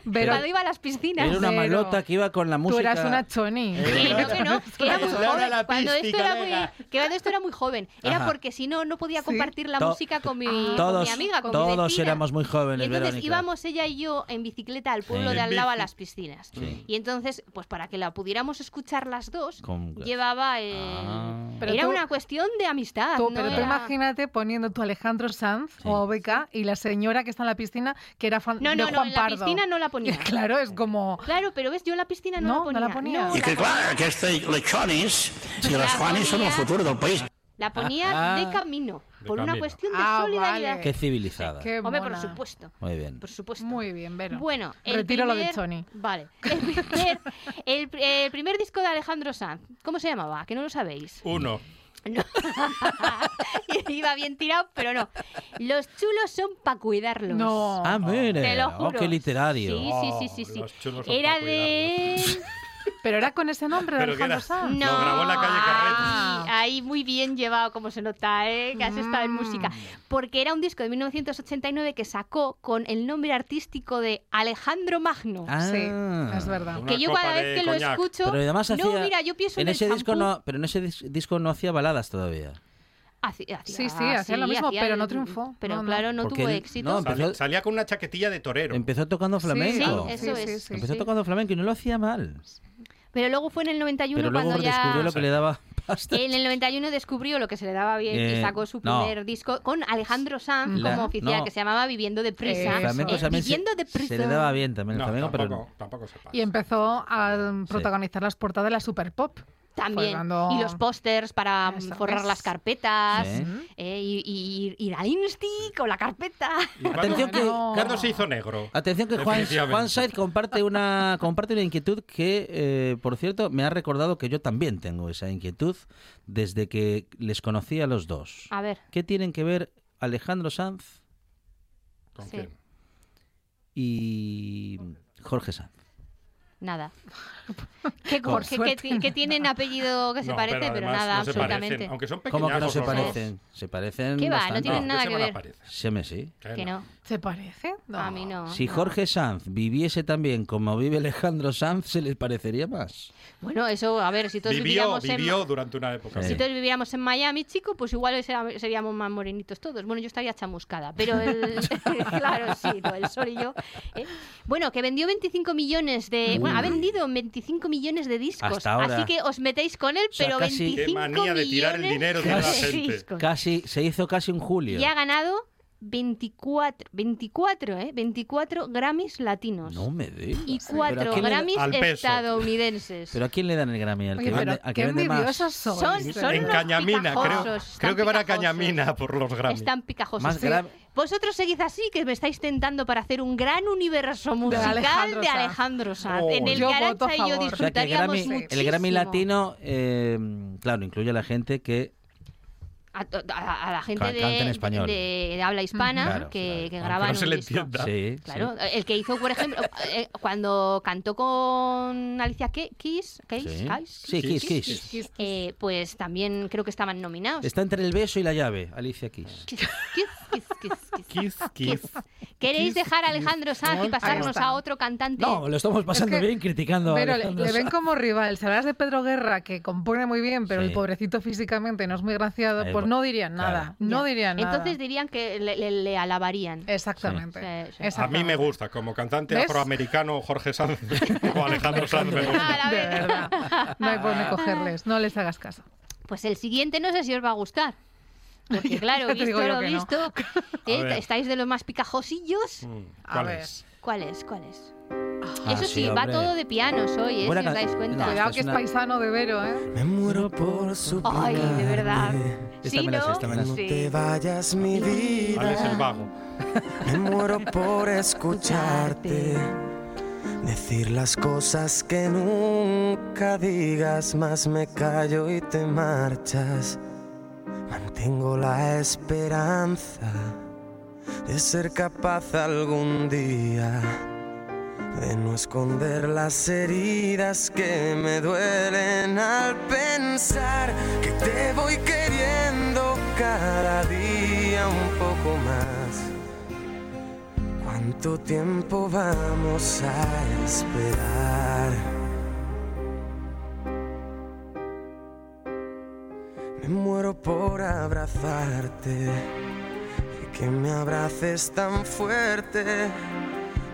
Speaker 5: que- pero-
Speaker 4: cuando iba a las piscinas.
Speaker 2: Era una
Speaker 5: Pero-
Speaker 2: malota que iba con la
Speaker 5: tú
Speaker 2: música. Eh,
Speaker 5: eras una choni.
Speaker 4: Que no, que no, Pues que era muy
Speaker 3: Laura
Speaker 4: joven.
Speaker 3: la
Speaker 4: Cuando
Speaker 3: pisti,
Speaker 4: esto era
Speaker 3: colega.
Speaker 4: muy, que cuando esto era muy joven. Era
Speaker 2: Ajá.
Speaker 4: porque si no, no podía
Speaker 5: Sí.
Speaker 4: compartir la
Speaker 2: To-
Speaker 4: música con mi, con
Speaker 2: todos,
Speaker 4: mi amiga, con mi
Speaker 2: todos
Speaker 4: vecina.
Speaker 2: éramos muy
Speaker 4: Y
Speaker 2: jóvenes,
Speaker 4: entonces
Speaker 2: Verónica.
Speaker 4: íbamos ella y yo en bicicleta al pueblo
Speaker 2: Sí.
Speaker 4: de
Speaker 2: En
Speaker 4: al lado a
Speaker 3: bici.
Speaker 4: las piscinas.
Speaker 2: Sí.
Speaker 4: Y entonces, pues para que la pudiéramos escuchar las dos,
Speaker 2: Con-
Speaker 4: llevaba eh, el...
Speaker 2: Ah.
Speaker 5: Pero
Speaker 4: era
Speaker 5: tú-
Speaker 4: una cuestión de amistad.
Speaker 5: Tú-
Speaker 4: no
Speaker 5: pero tú
Speaker 4: era-
Speaker 5: imagínate poniendo tu Alejandro Sanz o OBK y la señora que está en la piscina que era fan
Speaker 4: No,
Speaker 5: de
Speaker 4: no, no,
Speaker 5: Juan
Speaker 4: en la
Speaker 5: Pardo.
Speaker 4: piscina no la ponía.
Speaker 5: Claro, es como...
Speaker 4: Claro, pero ves, yo en la piscina no,
Speaker 5: No, no
Speaker 4: la
Speaker 5: la ponía.
Speaker 4: ponía. No,
Speaker 8: Y
Speaker 4: la
Speaker 8: que
Speaker 4: ponía.
Speaker 8: claro, que estos lechones y
Speaker 4: La
Speaker 8: los Juanes son el
Speaker 4: ponía-
Speaker 8: futuro del país.
Speaker 4: La ponía de
Speaker 2: Ah.
Speaker 4: camino,
Speaker 3: De
Speaker 4: por una
Speaker 3: camino.
Speaker 4: cuestión de
Speaker 5: Ah,
Speaker 4: solidaridad.
Speaker 5: vale.
Speaker 2: Qué civilizada.
Speaker 5: Qué
Speaker 4: Hombre, por
Speaker 5: mona.
Speaker 4: supuesto,
Speaker 2: Muy bien.
Speaker 4: por supuesto.
Speaker 5: Muy bien, Vero.
Speaker 4: Bueno, el
Speaker 5: Retiro lo de
Speaker 4: primer-
Speaker 5: Choni.
Speaker 4: Vale. El primer, el, el primer disco de Alejandro Sanz, ¿cómo se llamaba? Que no lo sabéis.
Speaker 3: Uno.
Speaker 4: No. Iba bien tirado, pero no. Los chulos son para cuidarlos.
Speaker 5: No.
Speaker 2: Ah, mire.
Speaker 4: Te lo
Speaker 2: oh,
Speaker 4: juro.
Speaker 2: qué literario.
Speaker 4: Sí, sí, sí, sí.
Speaker 3: Oh,
Speaker 4: sí.
Speaker 3: los chulos son
Speaker 4: Era
Speaker 3: pa'
Speaker 4: de.
Speaker 5: Pero era con ese nombre de
Speaker 3: Pero que
Speaker 5: Alejandro
Speaker 3: era-
Speaker 5: Sanz.
Speaker 4: No.
Speaker 3: Lo grabó en la calle Carretas.
Speaker 2: Ah.
Speaker 4: Ahí, ahí muy bien llevado, como se nota, ¿eh? que has estado en
Speaker 5: Mm.
Speaker 4: música. Porque era un disco de 1989 que sacó con el nombre artístico de Alejandro Magno.
Speaker 2: Ah.
Speaker 5: Sí, es verdad.
Speaker 3: Una
Speaker 4: que yo
Speaker 3: copa
Speaker 4: cada
Speaker 3: de
Speaker 4: vez que lo
Speaker 3: coñac.
Speaker 4: escucho.
Speaker 2: Pero además hacía.
Speaker 4: No, mira, yo pienso en,
Speaker 2: en
Speaker 4: el
Speaker 2: ese disco
Speaker 4: champú.
Speaker 2: no, pero en ese dis- disco no hacía baladas todavía.
Speaker 4: Hacía- hacía-
Speaker 5: Sí, sí, hacía lo mismo, pero no triunfó.
Speaker 4: Pero
Speaker 5: No, no.
Speaker 4: claro, no
Speaker 2: Porque
Speaker 4: tuvo
Speaker 2: él-
Speaker 4: éxito.
Speaker 2: no,
Speaker 3: Sal-
Speaker 2: Empezó-
Speaker 3: salía con una chaquetilla de torero.
Speaker 2: Empezó tocando flamenco.
Speaker 4: Sí, eso
Speaker 5: Sí, sí,
Speaker 4: es.
Speaker 5: sí.
Speaker 2: Empezó
Speaker 4: sí.
Speaker 2: tocando flamenco y no lo hacía mal.
Speaker 4: Pero luego fue en el 91
Speaker 2: Pero luego
Speaker 4: cuando
Speaker 2: descubrió
Speaker 4: ya...
Speaker 2: lo que le daba pasta.
Speaker 4: En el 91 descubrió lo que se le daba bien y
Speaker 2: Eh,
Speaker 4: sacó su
Speaker 2: no.
Speaker 4: primer disco con Alejandro Sanz
Speaker 2: La-
Speaker 4: como oficial,
Speaker 2: no.
Speaker 4: que se llamaba Viviendo deprisa.
Speaker 2: El flamenco
Speaker 4: Eh,
Speaker 2: también se,
Speaker 4: Viviendo deprisa.
Speaker 2: se le daba bien también el
Speaker 3: No,
Speaker 2: flamenco,
Speaker 3: tampoco,
Speaker 2: pero
Speaker 3: tampoco se pasa.
Speaker 5: Y empezó a mm, protagonizar las portadas de la Super Pop.
Speaker 4: También.
Speaker 5: Colgando-
Speaker 4: Y los pósters para mm,
Speaker 5: Eso
Speaker 4: forrar
Speaker 5: es.
Speaker 4: las carpetas.
Speaker 2: Sí.
Speaker 4: eh, y, y- y ir a Insti con la carpeta.
Speaker 3: ¿Y cuándo-
Speaker 2: Atención que-
Speaker 3: ¿Cuándo
Speaker 2: Carlos-
Speaker 3: se hizo negro?
Speaker 2: Atención que Juan,
Speaker 3: Definitivamente.
Speaker 2: Juan Said comparte una, comparte una inquietud que, eh, por cierto, me ha recordado que yo también tengo esa inquietud desde que les conocí a los dos.
Speaker 4: A ver.
Speaker 2: ¿Qué tienen que ver Alejandro Sanz
Speaker 3: ¿Con
Speaker 4: Sí.
Speaker 3: quién?
Speaker 2: y Jorge Sanz?
Speaker 4: Nada. ¿Qué,
Speaker 5: Por
Speaker 4: qué-
Speaker 5: suerte,
Speaker 4: qué- qué tienen apellido que se
Speaker 3: No,
Speaker 4: parece? Pero,
Speaker 3: además
Speaker 4: nada,
Speaker 3: no se parecen,
Speaker 4: absolutamente.
Speaker 3: aunque son
Speaker 2: ¿Cómo que no
Speaker 3: pequeñajos
Speaker 2: se
Speaker 3: los dos.
Speaker 2: parecen? Se parecen
Speaker 4: ¿Qué va? No
Speaker 2: bastante.
Speaker 4: tienen
Speaker 3: No,
Speaker 4: nada
Speaker 3: que
Speaker 4: que
Speaker 3: se van a
Speaker 4: ver.
Speaker 3: parecer.
Speaker 2: Sí, hombre, sí.
Speaker 3: Que
Speaker 4: Que no.
Speaker 5: ¿Se parece? No.
Speaker 4: A mí no.
Speaker 2: Si
Speaker 4: no.
Speaker 2: Jorge Sanz viviese también como vive Alejandro Sanz, se les parecería más.
Speaker 4: Bueno, eso, a ver, si todos
Speaker 3: Vivió,
Speaker 4: viviéramos en.
Speaker 3: vivió durante una época.
Speaker 2: Sí.
Speaker 4: Si todos viviéramos en Miami, chico, pues igual será- seríamos más morenitos todos. Bueno, yo estaría chamuscada, pero el- claro, sí, no, el sol y yo. ¿eh? Bueno, que vendió 25 millones de... Bueno, ha vendido 25 millones de discos.
Speaker 2: Hasta ahora.
Speaker 4: Así que os metéis con él,
Speaker 2: O sea,
Speaker 4: pero
Speaker 2: casi-
Speaker 4: 25
Speaker 3: Qué manía de tirar el
Speaker 4: millones
Speaker 3: dinero de
Speaker 4: de
Speaker 3: la gente.
Speaker 4: discos.
Speaker 2: Casi, se hizo casi un Julio.
Speaker 4: Y ha ganado 24, 24, ¿eh? 24 Grammys latinos.
Speaker 2: No me digas.
Speaker 4: Y
Speaker 2: Pero ¿a
Speaker 4: cuatro
Speaker 2: quién le da-
Speaker 4: Grammys
Speaker 3: Al peso.
Speaker 4: estadounidenses.
Speaker 2: ¿Pero a quién le dan el Grammy? ¿Al que
Speaker 5: Oye, pero
Speaker 2: vende, al que
Speaker 5: qué
Speaker 2: vende más?
Speaker 5: envidiosos sois.
Speaker 4: Son-
Speaker 5: de
Speaker 4: son
Speaker 3: en
Speaker 4: unos
Speaker 5: verdad.
Speaker 3: Cañamina, creo.
Speaker 4: picajosos, están
Speaker 3: Creo que van a
Speaker 4: picajosos.
Speaker 3: Cañamina por los Grammy.
Speaker 4: Están picajosos.
Speaker 2: Más
Speaker 4: Sí.
Speaker 2: gra-
Speaker 4: Vosotros seguid así, que me estáis tentando para hacer un gran universo musical de Alejandro,
Speaker 5: Alejandro Sanz.
Speaker 4: Sanz,
Speaker 3: Oh,
Speaker 4: en el
Speaker 5: yo
Speaker 4: que
Speaker 5: voto a
Speaker 4: Arancha y yo
Speaker 5: favor.
Speaker 2: O sea, que el
Speaker 4: disfrutaríamos
Speaker 2: Grammy, el
Speaker 4: muchísimo.
Speaker 2: Grammy latino, eh, claro, incluye a la gente que...
Speaker 4: A, a- a la gente
Speaker 2: Can-
Speaker 4: de,
Speaker 2: canta en español.
Speaker 4: de- de habla hispana
Speaker 2: Claro,
Speaker 4: que,
Speaker 2: claro.
Speaker 4: que
Speaker 2: Aunque
Speaker 4: graba
Speaker 3: no
Speaker 4: en
Speaker 3: se
Speaker 4: un
Speaker 3: le
Speaker 4: disco.
Speaker 3: entienda.
Speaker 2: Sí,
Speaker 4: Claro,
Speaker 2: sí.
Speaker 4: el que hizo, por ejemplo, eh, cuando cantó con Alicia Ke- Keys, Keys,
Speaker 2: Sí.
Speaker 4: Keys,
Speaker 2: Sí, Kiss, Kiss.
Speaker 4: eh, pues también creo que estaban nominados.
Speaker 2: Está entre el beso y la llave, Alicia Kiss.
Speaker 4: Kiss, kiss, kiss, kiss, kiss.
Speaker 3: Kiss, kiss.
Speaker 4: ¿Queréis dejar a Alejandro Sanz y pasarnos
Speaker 5: está.
Speaker 4: a otro cantante?
Speaker 9: No, lo estamos pasando
Speaker 5: que-
Speaker 9: bien criticando
Speaker 5: Pero
Speaker 9: a
Speaker 5: le,
Speaker 9: Alejandro
Speaker 5: le ven
Speaker 9: Sanz.
Speaker 5: como rival. Si hablas de Pedro Guerra, que compone muy bien, pero el
Speaker 2: Sí.
Speaker 5: pobrecito físicamente no es muy graciado,
Speaker 2: Eh,
Speaker 5: pues
Speaker 2: bueno,
Speaker 5: no dirían nada.
Speaker 2: claro.
Speaker 5: No
Speaker 4: Ya.
Speaker 5: dirían nada.
Speaker 4: Entonces dirían que le, le- le alabarían.
Speaker 5: Exactamente.
Speaker 4: Sí, sí.
Speaker 3: A mí
Speaker 5: Exactamente.
Speaker 3: me gusta, como cantante
Speaker 5: ¿Ves?
Speaker 3: afroamericano Jorge Sanz o Alejandro Sanz. me gusta.
Speaker 4: Ah, la
Speaker 5: De
Speaker 4: vez.
Speaker 5: verdad. No hay por dónde cogerles. No les hagas caso.
Speaker 4: Ah. Pues el siguiente no sé si os va a gustar. Porque claro,
Speaker 5: te digo
Speaker 4: visto
Speaker 5: yo
Speaker 4: lo
Speaker 5: que no.
Speaker 4: visto, ¿eh?
Speaker 3: A ver.
Speaker 4: estáis de los más picajosillos.
Speaker 3: Mm,
Speaker 5: A
Speaker 3: ¿Cuál
Speaker 5: ver.
Speaker 3: es?
Speaker 4: ¿Cuál es? ¿Cuál es?
Speaker 2: Ah,
Speaker 4: Eso sí, va
Speaker 2: hombre.
Speaker 4: todo de pianos hoy, ¿eh?
Speaker 2: Buena
Speaker 4: si os
Speaker 2: ca-
Speaker 4: dais cuenta.
Speaker 2: No,
Speaker 5: Cuidado
Speaker 2: es
Speaker 5: que es
Speaker 2: una-
Speaker 5: paisano de Vero, ¿eh?
Speaker 10: Me muero por su
Speaker 4: Ay, de verdad.
Speaker 2: Esta
Speaker 4: sí,
Speaker 2: me la sé,
Speaker 4: ¿no?
Speaker 2: esta me la sé.
Speaker 10: No
Speaker 4: Sí.
Speaker 10: te vayas mi vida.
Speaker 3: ¿Cuál es el vago?
Speaker 10: Me muero por escucharte. Decir las cosas que nunca digas, más me callo y te marchas. Mantengo la esperanza de ser capaz algún día de no esconder las heridas que me duelen al pensar que te voy queriendo cada día un poco más. ¿Cuánto tiempo vamos a esperar? Me muero por abrazarte y que me abraces tan fuerte.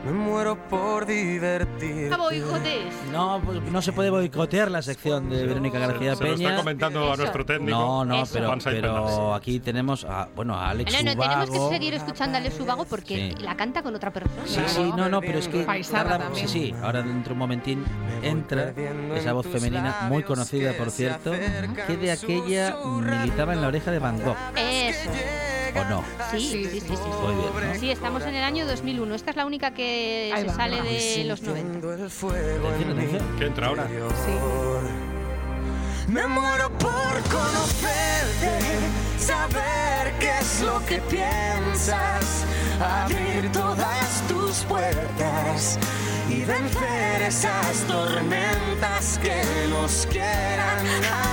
Speaker 10: Me muero por divertir.
Speaker 4: Ah, boicotes.
Speaker 9: No, pues no se puede boicotear la sección de Verónica García
Speaker 3: Se lo está
Speaker 9: Peña.
Speaker 3: comentando a
Speaker 4: Eso.
Speaker 3: nuestro técnico.
Speaker 2: No, no,
Speaker 4: Eso.
Speaker 2: pero,
Speaker 3: Juan Saiz
Speaker 2: pero
Speaker 3: Fernández.
Speaker 2: aquí tenemos a, bueno, a Alex
Speaker 4: No, no, tenemos
Speaker 2: Ubago.
Speaker 4: que seguir escuchando a Alex Ubago porque
Speaker 2: Sí.
Speaker 4: la canta con otra persona.
Speaker 2: Sí, sí, no, no, pero es que
Speaker 5: Paisana
Speaker 2: tarda- sí,
Speaker 5: también.
Speaker 2: sí, ahora dentro de un momentín entra esa voz femenina muy conocida, por cierto, que de aquella militaba en la oreja de Van Gogh,
Speaker 4: Eso.
Speaker 2: ¿o no?
Speaker 4: Sí, sí, sí, sí. sí.
Speaker 2: Muy bien, ¿no?
Speaker 4: Sí, estamos en el año 2001. Esta es la única que
Speaker 5: Ahí
Speaker 4: se
Speaker 5: va.
Speaker 4: sale de los 90.
Speaker 10: el fuego
Speaker 2: Atención,
Speaker 10: en mi
Speaker 2: atención.
Speaker 3: ¿Qué entra ahora?
Speaker 10: interior. Me muero por conocerte, saber qué es lo que piensas, abrir todas tus puertas y vencer esas tormentas que nos quieran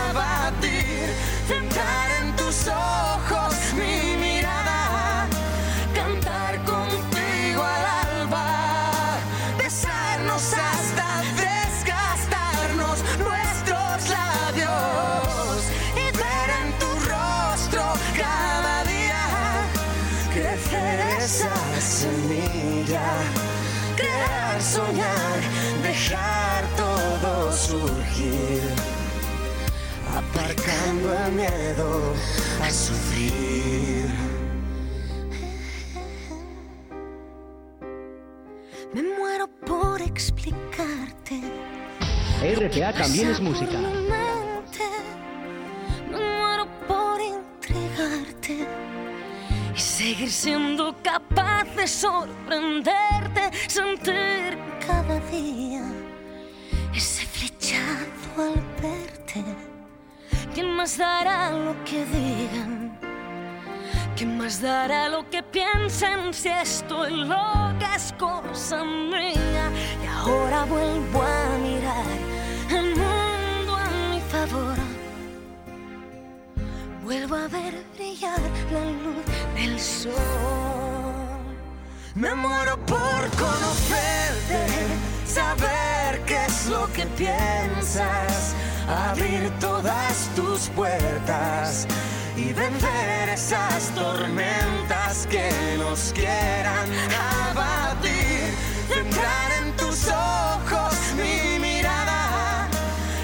Speaker 10: abatir. Tentar en tus ojos mi mirada, cantar contigo al alba, besarnos hasta desgastarnos nuestros labios y ver en tu rostro cada día crecer esa semilla, crear, soñar, dejar todo surgir, aparcando el miedo a sufrir.
Speaker 11: Me muero por explicarte.
Speaker 12: RPA también es música.
Speaker 11: Por mi mente. Me muero por entregarte y seguir siendo capaz de sorprenderte, sentir cada día ese flechazo al verte. ¿Quién más dará lo que digan? ¿Quién más dará lo que piensen si estoy loca es cosa mía? Y ahora vuelvo a mirar el mundo a mi favor. Vuelvo a ver brillar la luz del sol.
Speaker 10: Me muero por conocerte, saber qué es lo que piensas, abrir todas tus puertas y vencer esas tormentas que nos quieran abatir. Entrar en tus ojos mi mirada,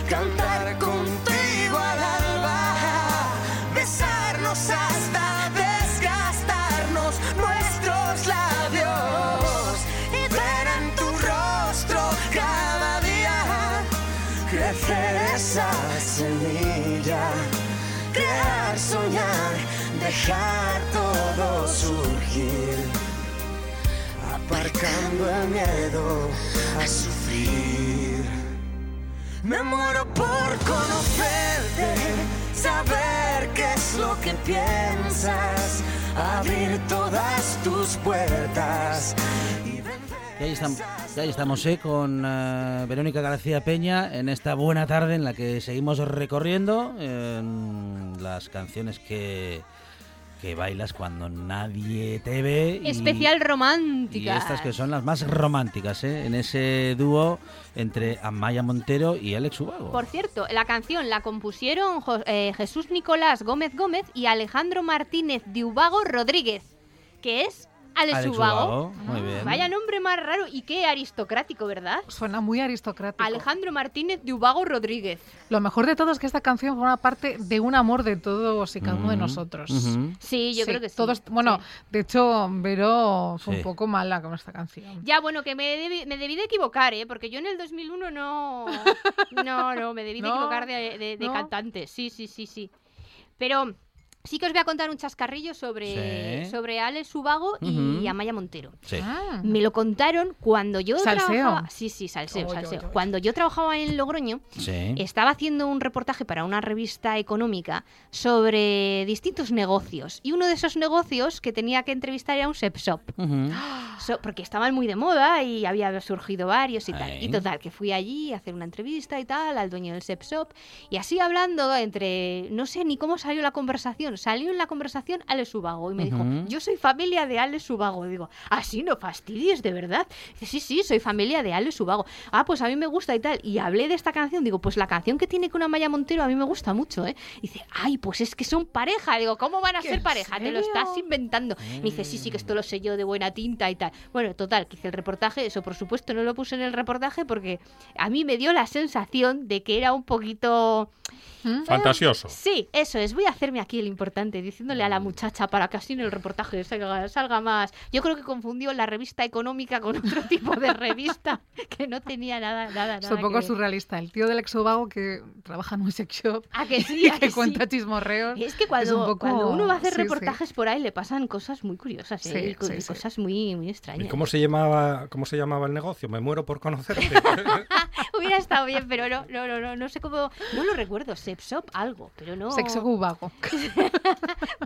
Speaker 10: cantar contigo al alba, besarnos hasta desgastarnos nuestros labios y ver en tu rostro cada día crecer esa semilla, crear, soñar, dejar todo surgir, aparcando el miedo a sufrir. Me muero por conocerte, saber qué es lo que piensas, abrir todas tus puertas. y vencer
Speaker 2: Y ahí estamos,
Speaker 10: esas
Speaker 2: ahí estamos eh, con eh, Verónica García Peña en esta buena tarde en la em, que seguimos recorriendo eh, las canciones que, que bailas cuando nadie te ve. y-
Speaker 4: Especial
Speaker 2: Y
Speaker 4: romántica.
Speaker 2: estas que son las más románticas, ¿eh? En ese dúo entre Amaya Montero y Alex Ubago.
Speaker 4: Por cierto, la canción la compusieron Jo- eh, Jesús Nicolás Gómez Gómez y Alejandro Martínez de Ubago Rodríguez, que es Alex,
Speaker 2: Alex Ubago,
Speaker 4: Ubago.
Speaker 2: muy bien.
Speaker 4: Ah, Vaya nombre más raro y qué aristocrático, ¿verdad?
Speaker 5: Suena muy aristocrático.
Speaker 4: Alejandro Martínez de Ubago Rodríguez.
Speaker 5: Lo mejor de todo es que esta canción forma parte de un amor de todos y cada uno de
Speaker 2: Ujú,
Speaker 5: nosotros.
Speaker 2: ujú.
Speaker 4: Sí, yo creo que sí.
Speaker 5: Todos, bueno, de hecho, Vero fue
Speaker 2: Sí.
Speaker 5: un poco mala con esta canción.
Speaker 4: Ya, bueno, que me debí, me debí de equivocar, ¿eh? Porque yo en el 2001 no... No, no, me debí de
Speaker 5: No,
Speaker 4: equivocar de, de- de
Speaker 5: no.
Speaker 4: cantante. Sí, sí, sí, sí. Pero sí que os voy a contar un chascarrillo sobre,
Speaker 2: Sí.
Speaker 4: sobre Alex Ubago y
Speaker 2: Ujú.
Speaker 4: Amaya Montero.
Speaker 2: Sí.
Speaker 5: Ah,
Speaker 4: Me lo contaron cuando yo
Speaker 5: Salseo.
Speaker 4: trabajaba... Sí, sí, salseo,
Speaker 5: Oy, oy,
Speaker 4: salseo.
Speaker 5: oy.
Speaker 4: Cuando Oh, yo trabajaba en Logroño,
Speaker 2: Sí.
Speaker 4: estaba haciendo un reportaje para una revista económica sobre distintos negocios. Y uno de esos negocios que tenía que entrevistar era un sex shop.
Speaker 2: Ujú.
Speaker 4: So- porque estaban muy de moda y había surgido varios y tal.
Speaker 2: Ahí.
Speaker 4: Y total, que fui allí a hacer una entrevista y tal al dueño del Sep Shop. Y así hablando entre, no sé ni cómo salió la conversación, salió en la conversación Alex Ubago y me dijo,
Speaker 2: Ujú.
Speaker 4: yo soy familia de Alex Ubago. Digo, así no fastidies, de verdad. Dice, sí, sí, soy familia de Alex Ubago. Ah, pues a mí me gusta y tal. Y hablé de esta canción, digo, pues la canción que tiene con Amaya Montero a mí me gusta mucho, ¿eh? Dice, ay, pues es que son pareja. Digo, ¿cómo van a
Speaker 5: ¿Qué,
Speaker 4: ser
Speaker 5: en
Speaker 4: pareja? Te lo estás
Speaker 5: serio?
Speaker 4: inventando. Me dice, sí, sí, que esto lo sé yo de buena tinta y tal. Bueno, total, que hice el reportaje. Eso, por supuesto, no lo puse en el reportaje porque a mí me dio la sensación de que era un poquito...
Speaker 5: ¿Mm?
Speaker 3: Fantasioso.
Speaker 4: Sí, eso es. Voy a hacerme aquí el importante, diciéndole a la muchacha para que así en el reportaje salga, salga más. Yo creo que confundió la revista económica con otro tipo de revista que no tenía nada, nada, nada
Speaker 5: es un
Speaker 4: que
Speaker 5: poco
Speaker 4: ver.
Speaker 5: surrealista. El tío del exobago que trabaja en un sex shop
Speaker 4: ¿A Ah, que sí?
Speaker 5: y
Speaker 4: ¿A
Speaker 5: que
Speaker 4: que sí?
Speaker 5: cuenta chismorreos.
Speaker 4: Es que
Speaker 5: es un
Speaker 4: cuando,
Speaker 5: poco-
Speaker 4: cuando uno va a hacer
Speaker 5: sí, sí.
Speaker 4: reportajes por ahí le pasan cosas muy curiosas ¿eh?
Speaker 5: Sí,
Speaker 4: y co-
Speaker 5: sí,
Speaker 4: y
Speaker 5: sí.
Speaker 4: cosas muy, muy extrañas.
Speaker 3: ¿Y cómo se llamaba, cómo se llamaba el negocio? Me muero por conocerte.
Speaker 4: Hubiera estado bien, pero no, no, no, no, no sé cómo. No lo recuerdo, Sepsop algo, pero no.
Speaker 5: Sexo cubago.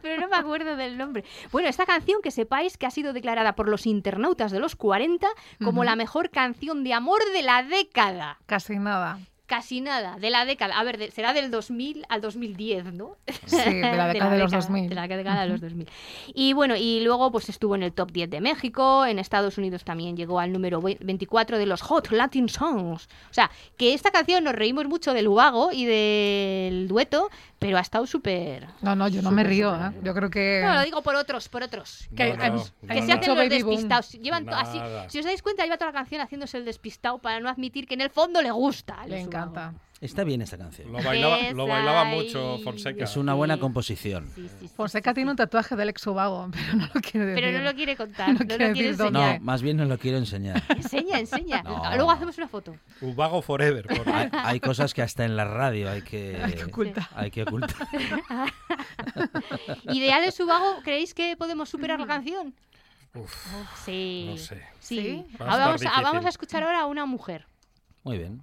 Speaker 4: Pero no me acuerdo del nombre. Bueno, esta canción que sepáis que ha sido declarada por los internautas de los 40 como
Speaker 5: Ujú.
Speaker 4: la mejor canción de amor de la década.
Speaker 5: Casi nada.
Speaker 4: Casi nada, de la década. A ver, de- será del 2000 al 2010, ¿no?
Speaker 5: Sí, de la década de, los 2000.
Speaker 4: De la década de los 2000. Y bueno, y luego pues estuvo en el top 10 de México, en Estados Unidos también llegó al número ve- 24 de los Hot Latin Songs. O sea, que esta canción nos reímos mucho del Ubago y del dueto, pero ha estado súper...
Speaker 5: No, no, yo no me río. ¿eh? Yo creo que...
Speaker 4: No, lo digo por otros, por otros.
Speaker 5: Que-
Speaker 3: No, no,
Speaker 5: que
Speaker 4: Que
Speaker 3: no,
Speaker 4: se
Speaker 3: no.
Speaker 4: hacen
Speaker 5: Mucho
Speaker 4: los
Speaker 5: baby boom.
Speaker 4: despistados. Llevan to- así,
Speaker 3: Nada.
Speaker 4: si os dais cuenta, lleva toda la canción haciéndose el despistado para no admitir que en el fondo le gusta. a
Speaker 5: Le
Speaker 4: Luis Ubago.
Speaker 5: encanta.
Speaker 2: Está bien esta canción.
Speaker 3: Lo bailaba, lo bailaba
Speaker 4: Esa
Speaker 3: mucho
Speaker 4: y-
Speaker 3: Fonseca.
Speaker 2: Es una buena
Speaker 4: Sí.
Speaker 2: composición.
Speaker 4: Sí, sí, sí,
Speaker 5: Fonseca
Speaker 4: sí,
Speaker 5: tiene
Speaker 4: sí.
Speaker 5: un tatuaje del exobago, pero no lo quiere decir.
Speaker 4: Pero no lo quiere contar,
Speaker 5: No
Speaker 4: no, lo
Speaker 5: quiere
Speaker 4: quiere
Speaker 5: decir dónde.
Speaker 4: enseñar.
Speaker 2: No, más bien no lo quiero enseñar.
Speaker 4: Enseña, enseña.
Speaker 2: No.
Speaker 4: Ah,
Speaker 3: Ah.
Speaker 4: Luego hacemos una foto.
Speaker 3: Ubago Forever. por-
Speaker 2: Hay, hay cosas que hasta en la radio hay
Speaker 3: Eh,
Speaker 2: que, hay que
Speaker 5: ocultar.
Speaker 2: ocultar.
Speaker 4: Ideal de Subago, ¿creéis que podemos superar la canción? sí.
Speaker 3: no sé.
Speaker 4: Sí.
Speaker 3: Va a
Speaker 4: Ah, vamos,
Speaker 3: estar
Speaker 4: a, ah, vamos
Speaker 3: difícil.
Speaker 4: a escuchar ahora a una mujer.
Speaker 2: Muy bien.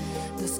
Speaker 13: dos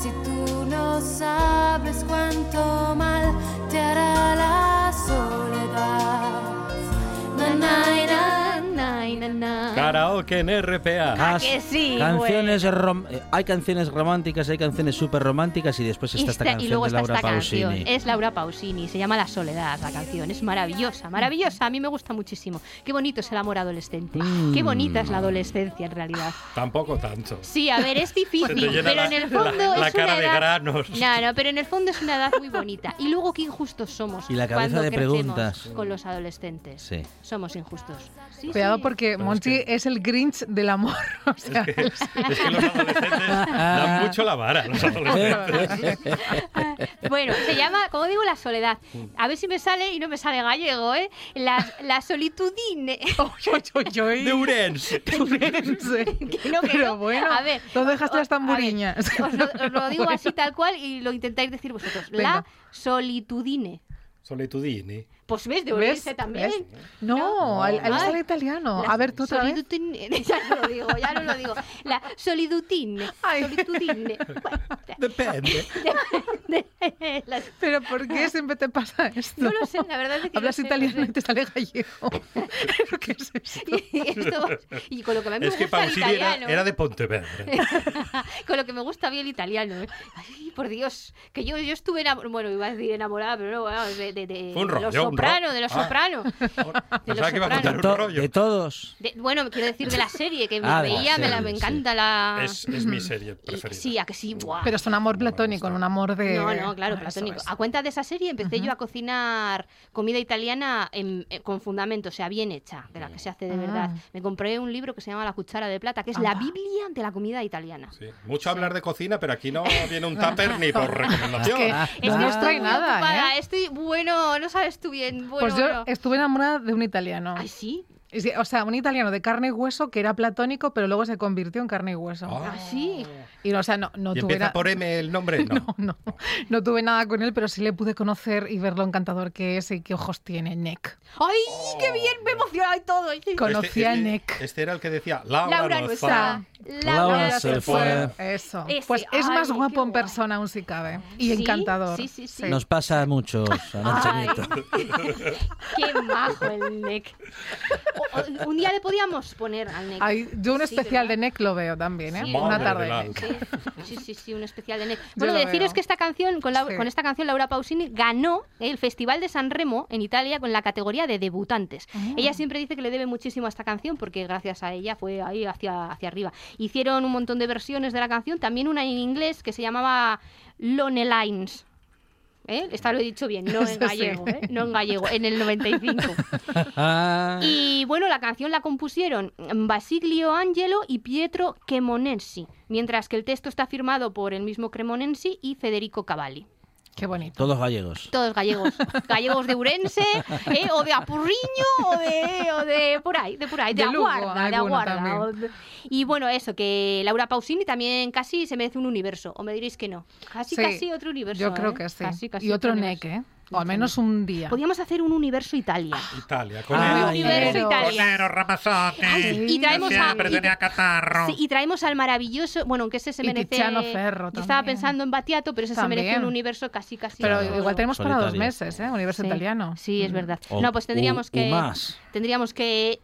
Speaker 13: si tú no sabes cuánto mal te hará la soledad. Na, na, na,
Speaker 4: Na, Ay, na, na.
Speaker 3: Ah. Karaoke en RPA.
Speaker 4: Ah, que sí,
Speaker 2: canciones rom- eh, hay canciones románticas, hay canciones súper románticas y después está
Speaker 4: Esta-
Speaker 2: esta canción
Speaker 4: y luego
Speaker 2: de
Speaker 4: está
Speaker 2: Laura
Speaker 4: esta
Speaker 2: Pausini.
Speaker 4: canción. Es Laura Pausini. Se llama La Soledad, la canción. Es maravillosa, maravillosa. A mí me gusta muchísimo. Qué bonito es el amor adolescente.
Speaker 2: Mm.
Speaker 4: Qué bonita es la adolescencia en realidad.
Speaker 3: Tampoco tanto.
Speaker 4: Sí, a ver, es difícil,
Speaker 3: Se te llena
Speaker 4: pero
Speaker 3: la-
Speaker 4: en el fondo
Speaker 3: la- la
Speaker 4: es
Speaker 3: cara
Speaker 4: una
Speaker 3: de
Speaker 4: edad-
Speaker 3: granos.
Speaker 4: No, no, pero en el fondo es una edad muy bonita. Y luego qué injustos somos
Speaker 2: Y la cabeza
Speaker 4: cuando
Speaker 2: de
Speaker 4: crecemos
Speaker 2: preguntas.
Speaker 4: con los adolescentes.
Speaker 2: Sí.
Speaker 4: Somos injustos. Sí,
Speaker 5: Cuidado
Speaker 4: sí.
Speaker 5: porque Monchi es, el Grinch del amor. o sea,
Speaker 3: Es que los adolescentes dan mucho la vara. Los adolescentes.
Speaker 4: Bueno, se llama, como digo, la soledad. A ver si me sale y no me sale gallego, ¿eh? La, la solitudine.
Speaker 3: De Urense.
Speaker 4: Que no, que
Speaker 5: Pero
Speaker 4: no.
Speaker 5: bueno,
Speaker 4: a ver,
Speaker 5: ¿dónde dejaste
Speaker 4: o-
Speaker 5: las
Speaker 4: a ver,
Speaker 5: tamburiñas?
Speaker 4: os, lo, os lo digo así tal cual y lo intentáis decir vosotros. La
Speaker 5: Venga.
Speaker 4: solitudine.
Speaker 3: Solitudini.
Speaker 4: Pues ves, de
Speaker 5: ¿Ves?
Speaker 4: Orense también.
Speaker 5: ¿Ves? No, al, al
Speaker 4: Ay.
Speaker 5: sale italiano.
Speaker 4: La
Speaker 5: A ver, tú otra vez.
Speaker 4: solitudine- Ya no lo digo, ya no lo digo. La solidutine.
Speaker 5: Ay.
Speaker 4: Solitudine.
Speaker 3: Depende.
Speaker 4: Bueno, la-
Speaker 5: Pero ¿por qué siempre te pasa esto?
Speaker 4: no lo sé, la verdad es que. no
Speaker 5: Hablas
Speaker 4: sé, no
Speaker 5: italiano y
Speaker 4: sé.
Speaker 5: te sale gallego. ¿Pero qué es esto?
Speaker 4: Y, esto- y con lo que a mí me
Speaker 3: Es que
Speaker 4: gusta el
Speaker 3: Pausini era,
Speaker 4: italiano.
Speaker 3: era de Pontevedra.
Speaker 4: con lo que me gusta bien el italiano. ¿eh? Ay, por Dios, que yo, yo estuve enamorada, bueno, iba a decir enamorada, pero no, bueno, de, de, de-
Speaker 3: Fue un
Speaker 4: de
Speaker 3: rollo,
Speaker 4: los
Speaker 3: un rollo.
Speaker 4: soprano, de los
Speaker 3: Ah.
Speaker 4: soprano.
Speaker 3: Pensaba que iba a contar un
Speaker 2: To-
Speaker 3: rollo.
Speaker 2: de todos.
Speaker 4: De- bueno, quiero decir de la serie que me
Speaker 2: Ah, de la
Speaker 4: veía, me, la,
Speaker 2: serie,
Speaker 4: me
Speaker 2: sí.
Speaker 4: encanta la.
Speaker 3: Es, es mi serie
Speaker 4: y-
Speaker 3: preferida.
Speaker 4: sí, a que sí, buah.
Speaker 5: Pero es un amor platónico, un amor de.
Speaker 4: No, no, claro,
Speaker 5: Pues, Eso,
Speaker 4: platónico.
Speaker 5: eso.
Speaker 4: A cuenta de esa serie empecé yo a cocinar comida italiana en- eh, con fundamento, o sea, bien hecha, de la que se hace de
Speaker 5: Ah.
Speaker 4: verdad. Me compré un libro que se llama La cuchara de plata, que es la
Speaker 5: Anda.
Speaker 4: Biblia de la comida italiana.
Speaker 3: Sí. Mucho hablar de cocina, pero aquí no viene un tupper ni por recomendación.
Speaker 5: que-
Speaker 4: Es
Speaker 5: No
Speaker 4: que
Speaker 5: nos
Speaker 4: estoy
Speaker 5: trae
Speaker 4: muy
Speaker 5: nada,
Speaker 4: ocupada,
Speaker 5: ¿eh?
Speaker 4: estoy bueno, no sabes tú bien, bueno,
Speaker 5: Pues yo
Speaker 4: bueno.
Speaker 5: estuve enamorada de un italiano.
Speaker 4: Ay, ¿Ah, sí,
Speaker 5: Y sí, O sea, un italiano de carne y hueso que era platónico, pero luego se convirtió en carne y hueso.
Speaker 3: Ah.
Speaker 4: ah, sí.
Speaker 5: Y o sea, no, no
Speaker 3: y
Speaker 5: tuve
Speaker 3: empieza
Speaker 5: na-
Speaker 3: por M el nombre. No.
Speaker 5: No, no, no tuve nada con él, pero sí le pude conocer y ver lo encantador que es y qué ojos tiene Nick.
Speaker 4: Ay, qué bien, me emociona y todo. Sí.
Speaker 5: Con- Conocí a
Speaker 3: este,
Speaker 5: Nick.
Speaker 3: Este era el que decía Laura,
Speaker 4: Laura no está.
Speaker 2: Laura
Speaker 4: no
Speaker 2: se
Speaker 4: está.
Speaker 2: fue.
Speaker 5: Eso.
Speaker 4: Ese,
Speaker 5: pues es
Speaker 4: ay,
Speaker 5: más
Speaker 4: qué
Speaker 5: guapo en
Speaker 4: guay. Ah,
Speaker 5: persona aún si cabe. Y
Speaker 4: Sí,
Speaker 5: encantador.
Speaker 4: sí, sí, sí.
Speaker 2: Nos pasa a muchos, a Nacho
Speaker 4: Ay,
Speaker 2: Nieto.
Speaker 4: Qué majo el Nick. O- o- un día le podíamos poner al Nick.
Speaker 5: Ay, yo un
Speaker 4: Sí,
Speaker 5: especial de
Speaker 4: ¿verdad?
Speaker 5: Nick lo veo también, ¿eh?
Speaker 4: Sí,
Speaker 5: Una
Speaker 3: Madre
Speaker 5: tarde.
Speaker 3: del
Speaker 5: de
Speaker 3: alma.
Speaker 5: Nick.
Speaker 4: Sí, sí, sí, sí, un especial de Nick.
Speaker 5: Yo
Speaker 4: Bueno,
Speaker 5: lo
Speaker 4: deciros
Speaker 5: veo.
Speaker 4: que esta canción, con, la-
Speaker 5: Sí.
Speaker 4: con esta canción, Laura Pausini ganó el Festival de San Remo en Italia con la categoría de debutantes.
Speaker 5: Ah.
Speaker 4: Ella siempre dice que le debe muchísimo a esta canción porque gracias a ella fue ahí hacia, hacia arriba. Hicieron un montón de versiones de la canción, también una en inglés que se llamaba Lone Lines. ¿Eh? Esta lo he dicho bien, no
Speaker 5: Eso sí.
Speaker 4: en gallego, ¿eh? no en gallego, en el 95.
Speaker 2: Ah.
Speaker 10: Ah.
Speaker 4: Y bueno, la canción la compusieron mm, Basilio Angelo y Pietro Cremonensi, mientras que el texto está firmado por el mismo Cremonensi y Federico Cavalli.
Speaker 5: Qué bonito.
Speaker 2: Todos gallegos.
Speaker 4: Todos gallegos, gallegos de Urense, ¿eh? o de Apurriño, o de, o de por ahí, de por ahí, de,
Speaker 5: De Lugo,
Speaker 4: Aguarda, de
Speaker 5: alguno
Speaker 4: Aguarda. o de- Y bueno, eso, que Laura Pausini también casi se merece un universo, o me diréis que no. Casi,
Speaker 5: Sí,
Speaker 4: casi otro universo.
Speaker 5: Yo creo
Speaker 4: ¿eh?
Speaker 5: que sí.
Speaker 4: Casi, casi
Speaker 5: y otro Nick,
Speaker 4: universo.
Speaker 5: ¿eh? O al menos un día.
Speaker 4: Podríamos hacer un universo Italia.
Speaker 3: Italia. Con
Speaker 2: Ah,
Speaker 3: el-
Speaker 4: un universo
Speaker 5: Ero.
Speaker 4: Italia.
Speaker 3: Ramazzotti.
Speaker 4: Ay, y traemos a,
Speaker 3: Siempre
Speaker 4: y-
Speaker 3: tenía catarro.
Speaker 4: Sí, y traemos al maravilloso, bueno, aunque ese se
Speaker 5: Y
Speaker 4: merece.
Speaker 5: Tiziano Ferro
Speaker 4: Yo estaba
Speaker 5: también.
Speaker 4: pensando en Batiato, pero ese se merece
Speaker 5: También.
Speaker 4: un universo casi casi.
Speaker 5: Pero
Speaker 4: todo.
Speaker 5: igual tenemos para dos
Speaker 2: Solitario.
Speaker 5: meses, ¿eh? Universo
Speaker 4: Sí.
Speaker 5: italiano.
Speaker 4: Sí,
Speaker 6: Mm.
Speaker 4: es verdad.
Speaker 2: O-
Speaker 4: no, pues tendríamos
Speaker 2: u-
Speaker 4: que
Speaker 2: u más.
Speaker 4: tendríamos que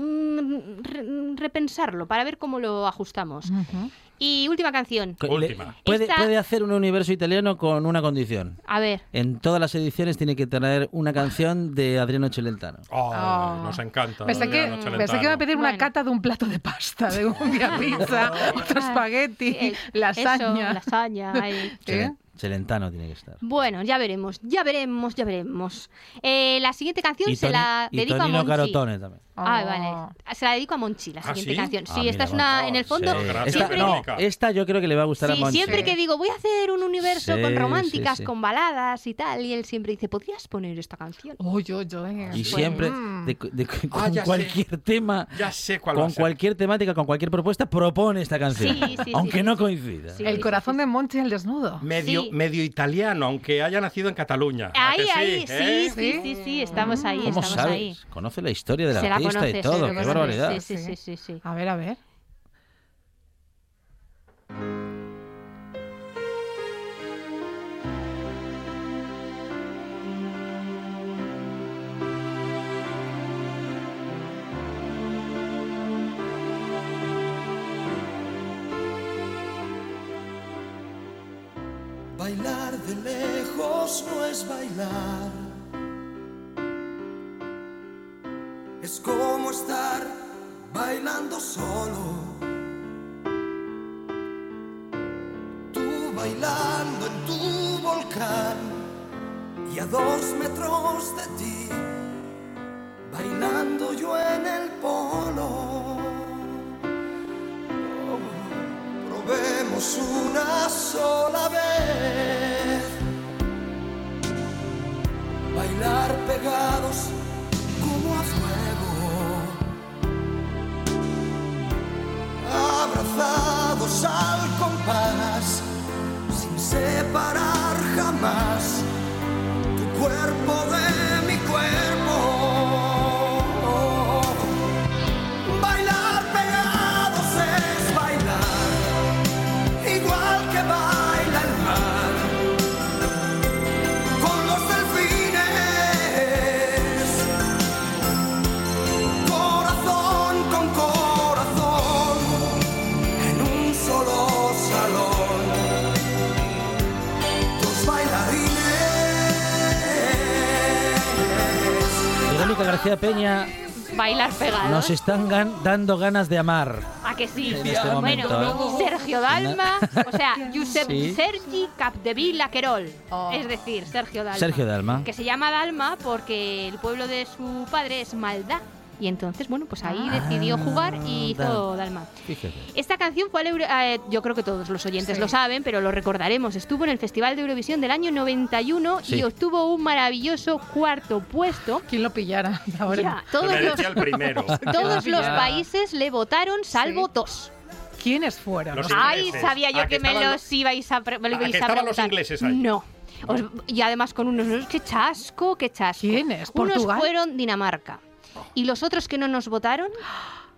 Speaker 4: mm, re- repensarlo para ver cómo lo ajustamos.
Speaker 5: Ujú.
Speaker 4: Y última canción.
Speaker 2: Que-
Speaker 3: Última.
Speaker 2: le- Puede,
Speaker 4: Esta-
Speaker 2: puede hacer un universo italiano con una condición.
Speaker 4: A ver,
Speaker 2: En todas las ediciones tiene que traer una canción de Adriano Celentano.
Speaker 3: Oh,
Speaker 4: Ah.
Speaker 5: Oh.
Speaker 3: Nos encanta.
Speaker 5: Pensé que,
Speaker 3: Adriano
Speaker 5: pensé que iba a
Speaker 3: Celentano.
Speaker 5: pedir una
Speaker 4: Bueno. Ah,
Speaker 5: cata de un plato de pasta, de un día pizza, otro espagueti,
Speaker 4: es-
Speaker 5: lasaña.
Speaker 4: Eh, eso, lasaña, ay.
Speaker 5: ¿Eh?
Speaker 2: Celen- Celentano tiene que estar.
Speaker 4: Bueno, ya veremos, ya veremos, ya veremos. Eh, la siguiente canción
Speaker 2: Y,
Speaker 4: se
Speaker 2: Toni-
Speaker 4: la
Speaker 2: y
Speaker 4: dedico a
Speaker 2: Tonino
Speaker 4: Monchi.
Speaker 2: Carotone también.
Speaker 4: Ah,
Speaker 5: Oh.
Speaker 4: vale. Se la dedico a Monchi, la
Speaker 3: ¿Ah,
Speaker 4: siguiente
Speaker 3: sí?
Speaker 4: canción.
Speaker 2: Ah,
Speaker 4: Sí,
Speaker 2: mira,
Speaker 4: esta es una,
Speaker 3: bueno.
Speaker 4: en el fondo,
Speaker 3: Sí, gracias,
Speaker 2: esta,
Speaker 4: siempre,
Speaker 2: no,
Speaker 3: Verónica.
Speaker 2: esta yo creo que le va a gustar
Speaker 4: sí,
Speaker 2: a Monchi. ¿eh?
Speaker 4: siempre que digo, voy a hacer un universo
Speaker 2: Sí,
Speaker 4: con románticas,
Speaker 2: sí, sí.
Speaker 4: con baladas y tal, y él siempre dice, ¿podrías poner esta canción?
Speaker 5: Uy, uy, uy.
Speaker 2: Y
Speaker 5: Pues,
Speaker 2: siempre,
Speaker 5: mm.
Speaker 2: de- de- con
Speaker 3: Ah, ya sé.
Speaker 2: cualquier tema,
Speaker 3: Ya sé cuál va a
Speaker 2: con
Speaker 3: ser.
Speaker 2: cualquier temática, con cualquier propuesta, propone esta canción.
Speaker 4: Sí, sí, sí,
Speaker 2: aunque
Speaker 4: sí,
Speaker 2: no
Speaker 4: sí.
Speaker 2: coincida.
Speaker 4: Sí.
Speaker 5: El corazón de Monchi al desnudo.
Speaker 3: Medio,
Speaker 4: Sí.
Speaker 3: medio italiano, aunque haya nacido en Cataluña. ¿A
Speaker 4: Ahí,
Speaker 3: que sí,
Speaker 4: ahí, sí,
Speaker 3: eh?
Speaker 4: sí, sí, sí, estamos ahí,
Speaker 2: ¿Cómo
Speaker 4: estamos
Speaker 2: sabes?
Speaker 4: ahí.
Speaker 2: Conoce la historia del
Speaker 4: Se la
Speaker 2: artista
Speaker 4: conoce,
Speaker 2: y todo.
Speaker 4: se la
Speaker 2: Qué
Speaker 4: conoce,
Speaker 2: barbaridad.
Speaker 4: Sí, sí, sí, sí, sí.
Speaker 5: A ver, a ver.
Speaker 13: Io
Speaker 10: Bailar de lejos no es bailar. Es como estar bailando solo. Tú bailando en tu volcán y a dos metros de ti. Bailando yo en el polo. Probemos una sola vez. Bailar pegados como a fuego. Abrazados al compás, sin separar jamás tu cuerpo de mi cuerpo. Bailar pegados es bailar, igual que baila el mar. Con los delfines, corazón con corazón, en un solo salón. Dos bailarines.
Speaker 9: Verónica García Peña,
Speaker 4: Bailar pegado.
Speaker 9: nos están gan- dando ganas de amar.
Speaker 4: ¿A que sí?
Speaker 9: En este momento,
Speaker 4: bueno,
Speaker 9: ¿eh?
Speaker 4: Sergio Dalma, o sea, Josep
Speaker 9: Sí.
Speaker 4: Sergi Capdevila Querol,
Speaker 5: Oh.
Speaker 4: es decir, Sergio Dalma.
Speaker 2: Sergio Dalma.
Speaker 4: Que se llama Dalma porque el pueblo de su padre es Maldá. Y entonces, bueno, pues ahí
Speaker 2: Ah,
Speaker 4: decidió jugar y hizo
Speaker 2: Dal-
Speaker 4: Dalma.
Speaker 2: Fíjate.
Speaker 4: Esta canción fue al Euro- eh, yo creo que todos los oyentes lo saben, pero lo recordaremos. Estuvo en el Festival de Eurovisión del año 91
Speaker 2: Sí.
Speaker 4: y obtuvo un maravilloso cuarto puesto.
Speaker 5: ¿Quién lo pillara? Ahora.
Speaker 4: Ya, todos
Speaker 3: Me
Speaker 4: los,
Speaker 3: decía el primero.
Speaker 4: todos los
Speaker 5: Ya.
Speaker 4: países le votaron, salvo dos.
Speaker 5: ¿Quiénes fueron?
Speaker 3: Los
Speaker 4: Ay,
Speaker 3: ingleses.
Speaker 4: sabía yo
Speaker 3: ¿A
Speaker 4: que, me
Speaker 3: estaban
Speaker 4: los ibais a, pre- me lo
Speaker 3: ¿A que
Speaker 4: ibais a
Speaker 3: estaban los
Speaker 4: preguntar.
Speaker 3: ingleses ahí?
Speaker 4: No. Os- y además con unos, unos- qué chasco, qué chasco.
Speaker 5: ¿Quiénes?
Speaker 4: Unos
Speaker 5: ¿Portugal?
Speaker 4: fueron Dinamarca. Y los otros que no nos votaron,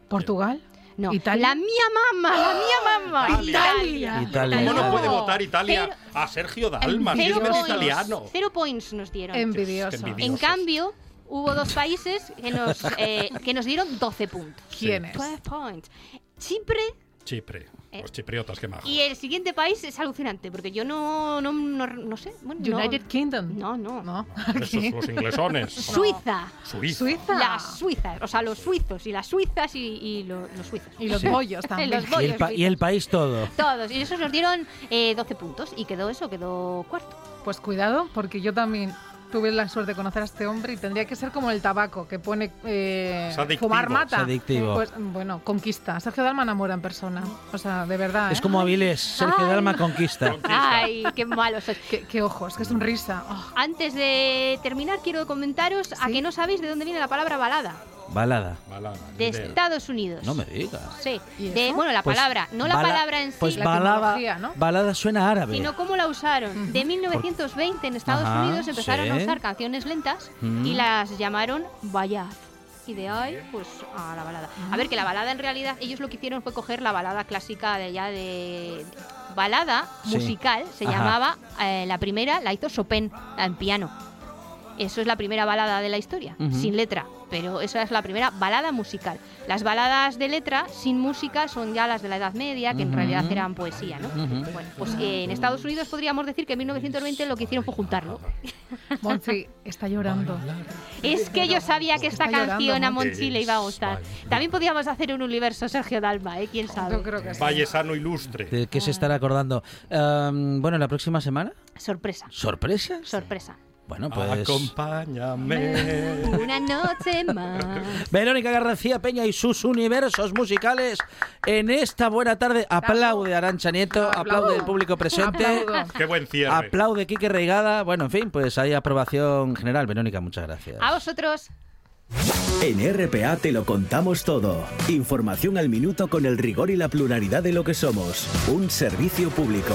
Speaker 5: ¿Portugal?
Speaker 4: no.
Speaker 5: ¿Italia?
Speaker 4: La mía mamá, la mía mamá.
Speaker 5: Italia.
Speaker 2: Italia.
Speaker 3: ¿Cómo no
Speaker 4: No.
Speaker 3: puede votar Italia a Sergio Dalma? Si es
Speaker 4: Cero
Speaker 3: medio
Speaker 4: points,
Speaker 3: italiano.
Speaker 4: Cero points nos dieron.
Speaker 5: Envidioso.
Speaker 3: Qué envidia.
Speaker 4: En
Speaker 3: Dioses.
Speaker 4: cambio, hubo dos países que nos, eh, que nos dieron 12 puntos.
Speaker 5: ¿Quiénes?
Speaker 4: 12 points. Chipre
Speaker 3: Chipre.
Speaker 4: Eh.
Speaker 3: Los chipriotas, qué majos.
Speaker 4: y el siguiente país es alucinante, porque yo no, no, no, no sé. Bueno, no-
Speaker 5: United Kingdom.
Speaker 4: No, no.
Speaker 5: No.
Speaker 3: Esos, los inglesones.
Speaker 4: Suiza.
Speaker 3: Suiza.
Speaker 5: Suiza.
Speaker 4: Las suizas, o sea, los suizos y las suizas y, y lo- los suizos.
Speaker 5: Y los
Speaker 4: Sí.
Speaker 5: bollos también.
Speaker 4: Los
Speaker 9: Y
Speaker 4: bollos.
Speaker 9: el, pa- y el país todo.
Speaker 4: Todos. Y esos nos dieron eh, 12 puntos y quedó eso, quedó cuarto.
Speaker 5: Pues cuidado, porque yo también tuve la suerte de conocer a este hombre y tendría que ser como el tabaco, que pone eh,
Speaker 3: Es adictivo,
Speaker 5: fumar mata.
Speaker 9: es adictivo.
Speaker 5: Pues, bueno, conquista. Sergio Dalma enamora en persona. O sea, de verdad.
Speaker 9: Es
Speaker 5: ¿eh?
Speaker 9: como Avilés, Sergio
Speaker 4: Ah. Ay.
Speaker 9: Dalma conquista.
Speaker 4: Ay, qué malos sois.
Speaker 5: Qué, qué ojos, qué sonrisa. Oh,
Speaker 4: Antes de terminar, quiero comentaros a
Speaker 5: Sí.
Speaker 4: que no sabéis de dónde viene la palabra balada.
Speaker 2: Balada.
Speaker 3: Balada,
Speaker 4: De
Speaker 3: líder.
Speaker 4: Estados Unidos.
Speaker 2: No me digas.
Speaker 4: Sí.
Speaker 5: ¿Y
Speaker 4: De-
Speaker 5: eso?
Speaker 4: bueno, la
Speaker 2: Pues
Speaker 4: palabra. No la
Speaker 2: bala-
Speaker 4: palabra en sí,
Speaker 2: Pues
Speaker 5: la
Speaker 2: balada,
Speaker 5: etimología, ¿no?
Speaker 2: balada suena árabe.
Speaker 4: sino cómo la usaron. De 1920 en Estados
Speaker 2: Ajá,
Speaker 4: Unidos empezaron a
Speaker 2: sí.
Speaker 4: usar canciones lentas
Speaker 2: Mm.
Speaker 4: y las llamaron ballad. Y de ahí, pues, a la balada. A ver, que la balada en realidad, ellos lo que hicieron fue coger la balada clásica de allá de... Balada
Speaker 2: Sí.
Speaker 4: musical, se
Speaker 2: Ajá.
Speaker 4: llamaba, eh, la primera la hizo Chopin en piano. Eso es la primera balada de la historia,
Speaker 2: Ujú.
Speaker 4: sin letra, pero esa es la primera balada musical. Las baladas de letra sin música son ya las de la Edad Media, que en
Speaker 2: Ujú.
Speaker 4: realidad eran poesía, ¿no?
Speaker 2: Ujú.
Speaker 4: Bueno, pues eh, en Estados Unidos podríamos decir que en 1920 lo que hicieron fue juntarlo.
Speaker 5: Monchi está llorando.
Speaker 4: Es que yo sabía que esta
Speaker 5: Está llorando,
Speaker 4: canción a
Speaker 5: Monty.
Speaker 4: Monchi le iba a gustar. También podríamos hacer un universo Sergio Dalma, ¿eh? ¿Quién
Speaker 5: Yo
Speaker 4: sabe?
Speaker 5: creo que sí.
Speaker 3: Vallesano ilustre.
Speaker 2: ¿De qué
Speaker 4: Ah.
Speaker 2: se estará acordando? Em, bueno, la próxima semana.
Speaker 4: Sorpresa,
Speaker 2: ¿Sorpresas?
Speaker 4: sorpresa.
Speaker 2: bueno, pues.
Speaker 3: Acompáñame.
Speaker 4: Una noche más.
Speaker 2: Verónica García Peña y sus universos musicales en esta buena tarde. Aplaude Arancha Nieto, aplaude el público presente.
Speaker 5: Aplaudo.
Speaker 3: Qué buen cierre.
Speaker 2: Aplaude Quique Reigada. Bueno, en fin, pues hay aprobación general. Verónica, muchas gracias.
Speaker 4: A vosotros.
Speaker 12: En RPA te lo contamos todo. Información al minuto con el rigor y la pluralidad de lo que somos. Un servicio público.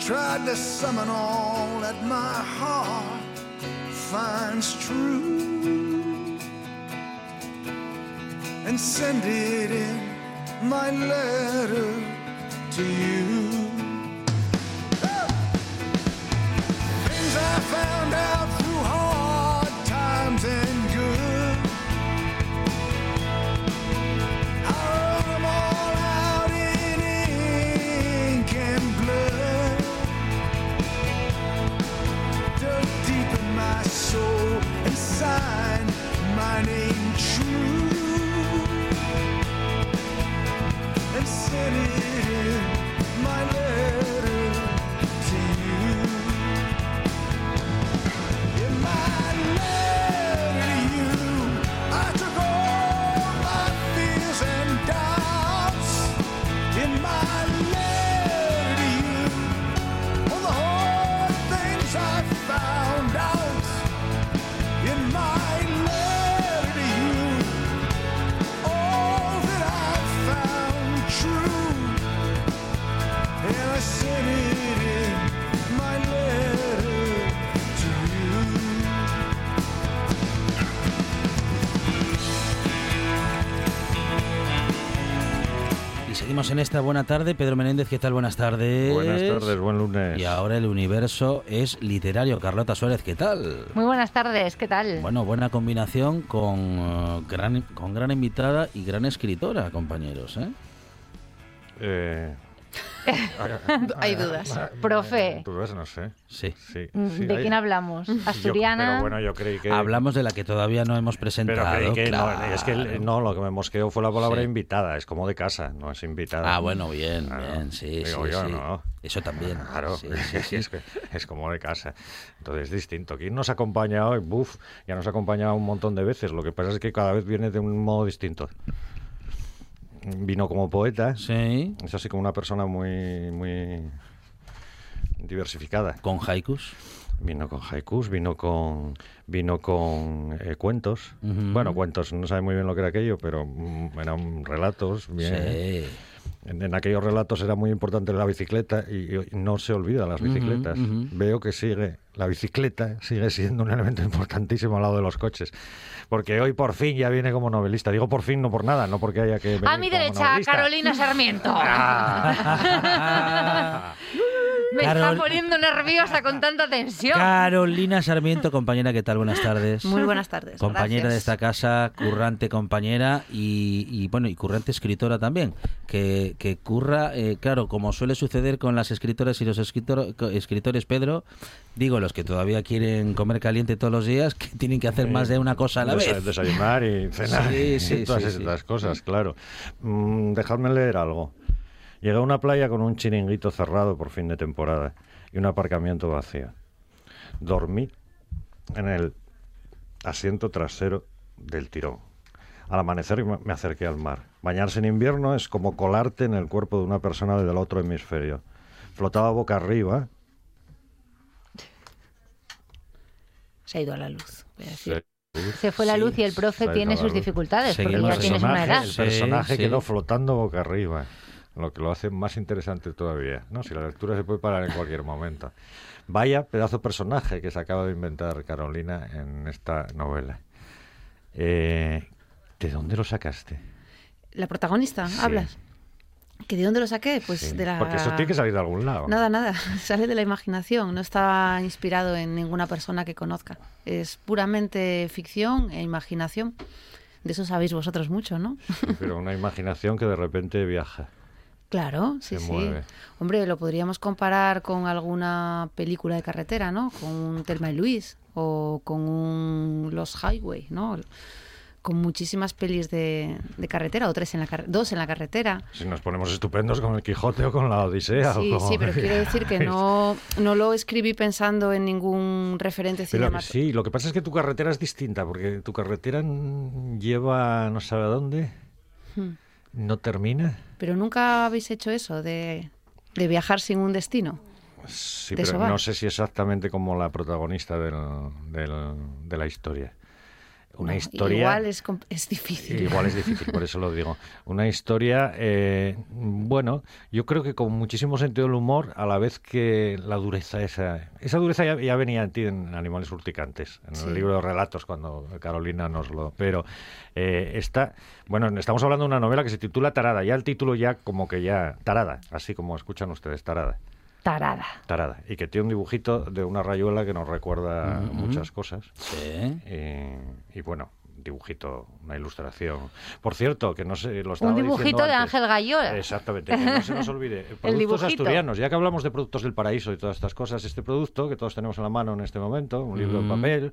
Speaker 10: tried to summon all that my heart finds true and send it in my letter to you. Things I found out through hard times and good. I wrote 'em all out in ink and blood. Dug deep in my soul and signed my name true. And sent it in my letter to you. In my letter to you, I took all my fears and doubts. In my letter to you, all the hard things I found out. In my letter to you, all that I found true. And I sent it in my letter to you.
Speaker 2: Y seguimos en esta buena tarde. Pedro Menéndez, ¿qué tal? Buenas tardes.
Speaker 6: Buenas tardes, buen lunes.
Speaker 2: Y ahora el universo es literario. Carlota Suárez, ¿qué tal?
Speaker 14: Muy buenas tardes, ¿qué tal?
Speaker 2: Bueno, buena combinación con, eh, gran, con gran invitada y gran escritora, compañeros. ¿eh?
Speaker 6: Eh,
Speaker 14: Hay dudas. Profe,
Speaker 6: tú ves, no sé.
Speaker 2: Sí.
Speaker 6: sí, sí,
Speaker 14: Mm, ¿de
Speaker 6: hay-
Speaker 14: quién hablamos?
Speaker 6: Yo-
Speaker 14: ¿Asturiana?
Speaker 6: pero bueno, yo creí que...
Speaker 2: Hablamos de la que todavía no hemos
Speaker 6: Pero
Speaker 2: presentado.
Speaker 6: creí que no,
Speaker 2: claro.
Speaker 6: es que el- no, lo que me mosqueó fue la palabra
Speaker 2: Sí.
Speaker 6: invitada, es como de casa, no es invitada.
Speaker 2: Ah, bueno, bien,
Speaker 6: Claro.
Speaker 2: bien, sí,
Speaker 6: Digo
Speaker 2: sí,
Speaker 6: yo,
Speaker 2: sí.
Speaker 6: ¿no?
Speaker 2: Eso también.
Speaker 6: Claro,
Speaker 2: Sí, sí, sí.
Speaker 6: Es, que- es como de casa. Entonces es distinto. ¿Quién nos acompaña hoy? Buf, ya nos ha acompañado un montón de veces. Lo que pasa es que cada vez viene de un modo distinto. Vino como poeta.
Speaker 2: Sí.
Speaker 6: Es así como una persona muy, muy diversificada.
Speaker 2: ¿Con haikus?
Speaker 6: Vino con haikus, vino con, vino con eh, cuentos.
Speaker 2: Ujú.
Speaker 6: Bueno, cuentos, no sabe muy bien lo que era aquello, pero mm, eran relatos. Bien. ¿eh?
Speaker 2: Sí.
Speaker 6: En, en aquellos relatos era muy importante la bicicleta y, y no se olvida las
Speaker 2: Ujú,
Speaker 6: bicicletas.
Speaker 2: ujú.
Speaker 6: Veo que sigue, la bicicleta sigue siendo un elemento importantísimo al lado de los coches. Porque hoy por fin ya viene como novelista. Digo por fin, no por nada, no porque haya que. venir
Speaker 14: A mi
Speaker 6: como
Speaker 14: derecha,
Speaker 6: novelista.
Speaker 14: Carolina Sarmiento.
Speaker 6: Ah.
Speaker 14: Me
Speaker 2: Carol-
Speaker 14: está poniendo nerviosa con tanta tensión.
Speaker 2: Carolina Sarmiento, compañera, ¿qué tal? Buenas tardes.
Speaker 15: Muy buenas tardes,
Speaker 2: Compañera
Speaker 15: gracias.
Speaker 2: de esta casa, currante compañera y, y, bueno, y currante escritora también, que, que curra, eh, claro, como suele suceder con las escritoras y los escritor- co- escritores, Pedro, digo, los que todavía quieren comer caliente todos los días, que tienen que hacer más de una cosa a la
Speaker 6: Desa-
Speaker 2: vez.
Speaker 6: Desayunar y cenar
Speaker 2: Sí,
Speaker 6: y
Speaker 2: sí,
Speaker 6: todas
Speaker 2: sí, sí.
Speaker 6: estas cosas, claro. Mm, dejadme leer algo. Llegué a una playa con un chiringuito cerrado por fin de temporada y un aparcamiento vacío. Dormí en el asiento trasero del tirón. Al amanecer me me acerqué al mar. Bañarse en invierno es como colarte en el cuerpo de una persona del otro hemisferio. Flotaba boca arriba,
Speaker 14: Se ha ido a la luz. voy a decir.
Speaker 6: Se-
Speaker 14: Se fue la luz y el
Speaker 6: se
Speaker 14: profe
Speaker 6: ha ido
Speaker 14: tiene
Speaker 6: la
Speaker 14: sus
Speaker 6: luz.
Speaker 14: dificultades porque ya tienes una edad.
Speaker 6: El personaje
Speaker 2: sí.
Speaker 6: quedó flotando boca arriba, lo que lo hace más interesante todavía. No, si la lectura se puede parar en cualquier momento. Vaya pedazo de personaje que se acaba de inventar Carolina en esta novela. Eh, ¿De dónde lo sacaste?
Speaker 15: La protagonista,
Speaker 6: Sí.
Speaker 15: hablas. ¿Que de dónde lo saqué? Pues
Speaker 6: Sí,
Speaker 15: de la...
Speaker 6: Porque eso tiene que salir de algún lado.
Speaker 15: Nada, nada. Sale de la imaginación. No está inspirado en ninguna persona que conozca. Es puramente ficción e imaginación. De eso sabéis vosotros mucho, ¿no?
Speaker 6: Pero una imaginación que de repente viaja.
Speaker 15: Claro, sí,
Speaker 6: Se
Speaker 15: sí.
Speaker 6: mueve.
Speaker 15: Hombre, lo podríamos comparar con alguna película de carretera, ¿no? Con un Thelma y Luis o con un Los Highway, ¿no? Con muchísimas pelis de, de carretera o tres en la carre- dos en la carretera.
Speaker 6: Si nos ponemos estupendos con el Quijote o con la Odisea. o
Speaker 15: Sí,
Speaker 6: con-
Speaker 15: sí, pero quiero decir que no, no lo escribí pensando en ningún referente
Speaker 6: Pero
Speaker 15: cinematográfico.
Speaker 6: sí, lo que pasa es que tu carretera es distinta, porque tu carretera mm, lleva no sabe a dónde, no termina.
Speaker 15: Pero nunca habéis hecho eso de, de viajar sin un destino.
Speaker 6: Sí,
Speaker 15: De eso
Speaker 6: pero
Speaker 15: va.
Speaker 6: no sé si exactamente como la protagonista del- del- de la historia. Una historia.
Speaker 14: Igual es, com- es difícil.
Speaker 6: Igual es difícil, por eso lo digo. Una historia, eh, bueno, yo creo que con muchísimo sentido del humor, a la vez que la dureza esa... Esa dureza ya, ya venía en ti en Animales Urticantes, en
Speaker 16: Sí.
Speaker 6: el libro de relatos, cuando Carolina nos lo... Pero eh, esta... Bueno, estamos hablando de una novela que se titula Tarada. Ya el título ya como que ya... Tarada, así como escuchan ustedes, Tarada.
Speaker 14: Tarada.
Speaker 6: Tarada. Y que tiene un dibujito de una rayuela que nos recuerda
Speaker 2: Ujú.
Speaker 6: muchas cosas.
Speaker 2: Sí.
Speaker 6: Eh, y bueno, dibujito, una ilustración. Por cierto, que no sé, lo estaba
Speaker 14: Un
Speaker 6: diciendo
Speaker 14: dibujito de
Speaker 6: antes.
Speaker 14: Ángel Gallola.
Speaker 6: Exactamente, que no se nos olvide. Eh, Productos
Speaker 14: dibujito.
Speaker 6: asturianos, ya que hablamos de productos del paraíso y todas estas cosas, este producto que todos tenemos en la mano en este momento, un libro en
Speaker 2: Mm.
Speaker 6: papel,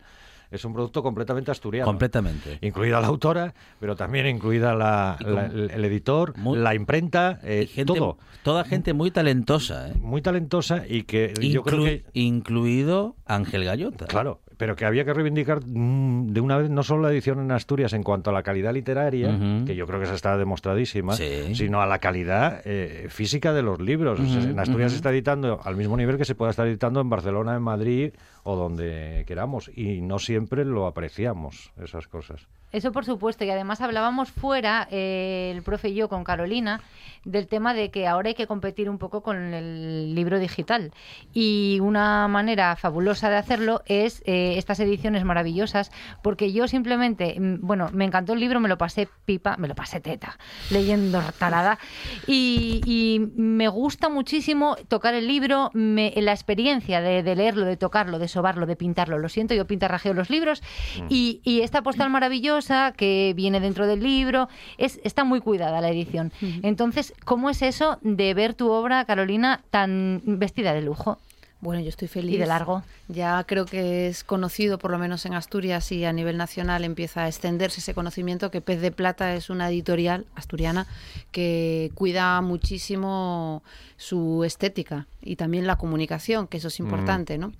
Speaker 6: es un producto completamente asturiano.
Speaker 2: Completamente.
Speaker 6: incluida la autora, pero también incluida la,
Speaker 2: Y con-
Speaker 6: la- el, el editor, la imprenta, eh,
Speaker 2: gente-
Speaker 6: todo.
Speaker 2: Toda gente muy talentosa, ¿eh?
Speaker 6: Muy talentosa y que yo creo que...
Speaker 2: Incluido Ángel Gallota.
Speaker 6: Claro, pero que había que reivindicar mm, de una vez no solo la edición en Asturias en cuanto a la calidad literaria,
Speaker 2: Ujú.
Speaker 6: que yo creo que esa está demostradísima,
Speaker 2: Sí.
Speaker 6: sino a la calidad eh, física de los libros. O sea,
Speaker 2: Ujú,
Speaker 6: en Asturias
Speaker 2: ujú.
Speaker 6: se está editando al mismo nivel que se pueda estar editando en Barcelona, en Madrid o donde queramos. Y no siempre lo apreciamos, esas cosas.
Speaker 17: Eso por supuesto, y además hablábamos fuera, eh, el profe y yo con Carolina, del tema de que ahora hay que competir un poco con el libro digital. Y una manera fabulosa de hacerlo es eh, estas ediciones maravillosas, porque yo simplemente, mm, bueno, me encantó el libro, me lo pasé pipa, me lo pasé teta, leyendo tarada, y, y me gusta muchísimo tocar el libro, me- la experiencia de, de leerlo, de tocarlo, de sobarlo, de pintarlo, lo siento, yo pintarrajeo los libros, y, y esta postal maravillosa que viene dentro del libro, es, está muy cuidada la edición. Entonces, ¿cómo es eso de ver tu obra, Carolina, tan vestida de lujo?
Speaker 15: Bueno, yo estoy feliz.
Speaker 17: Y de largo.
Speaker 15: Ya creo que es conocido, por lo menos en Asturias y a nivel nacional empieza a extenderse ese conocimiento que Pez de Plata es una editorial asturiana que cuida muchísimo su estética y también la comunicación, que eso es importante, ¿no?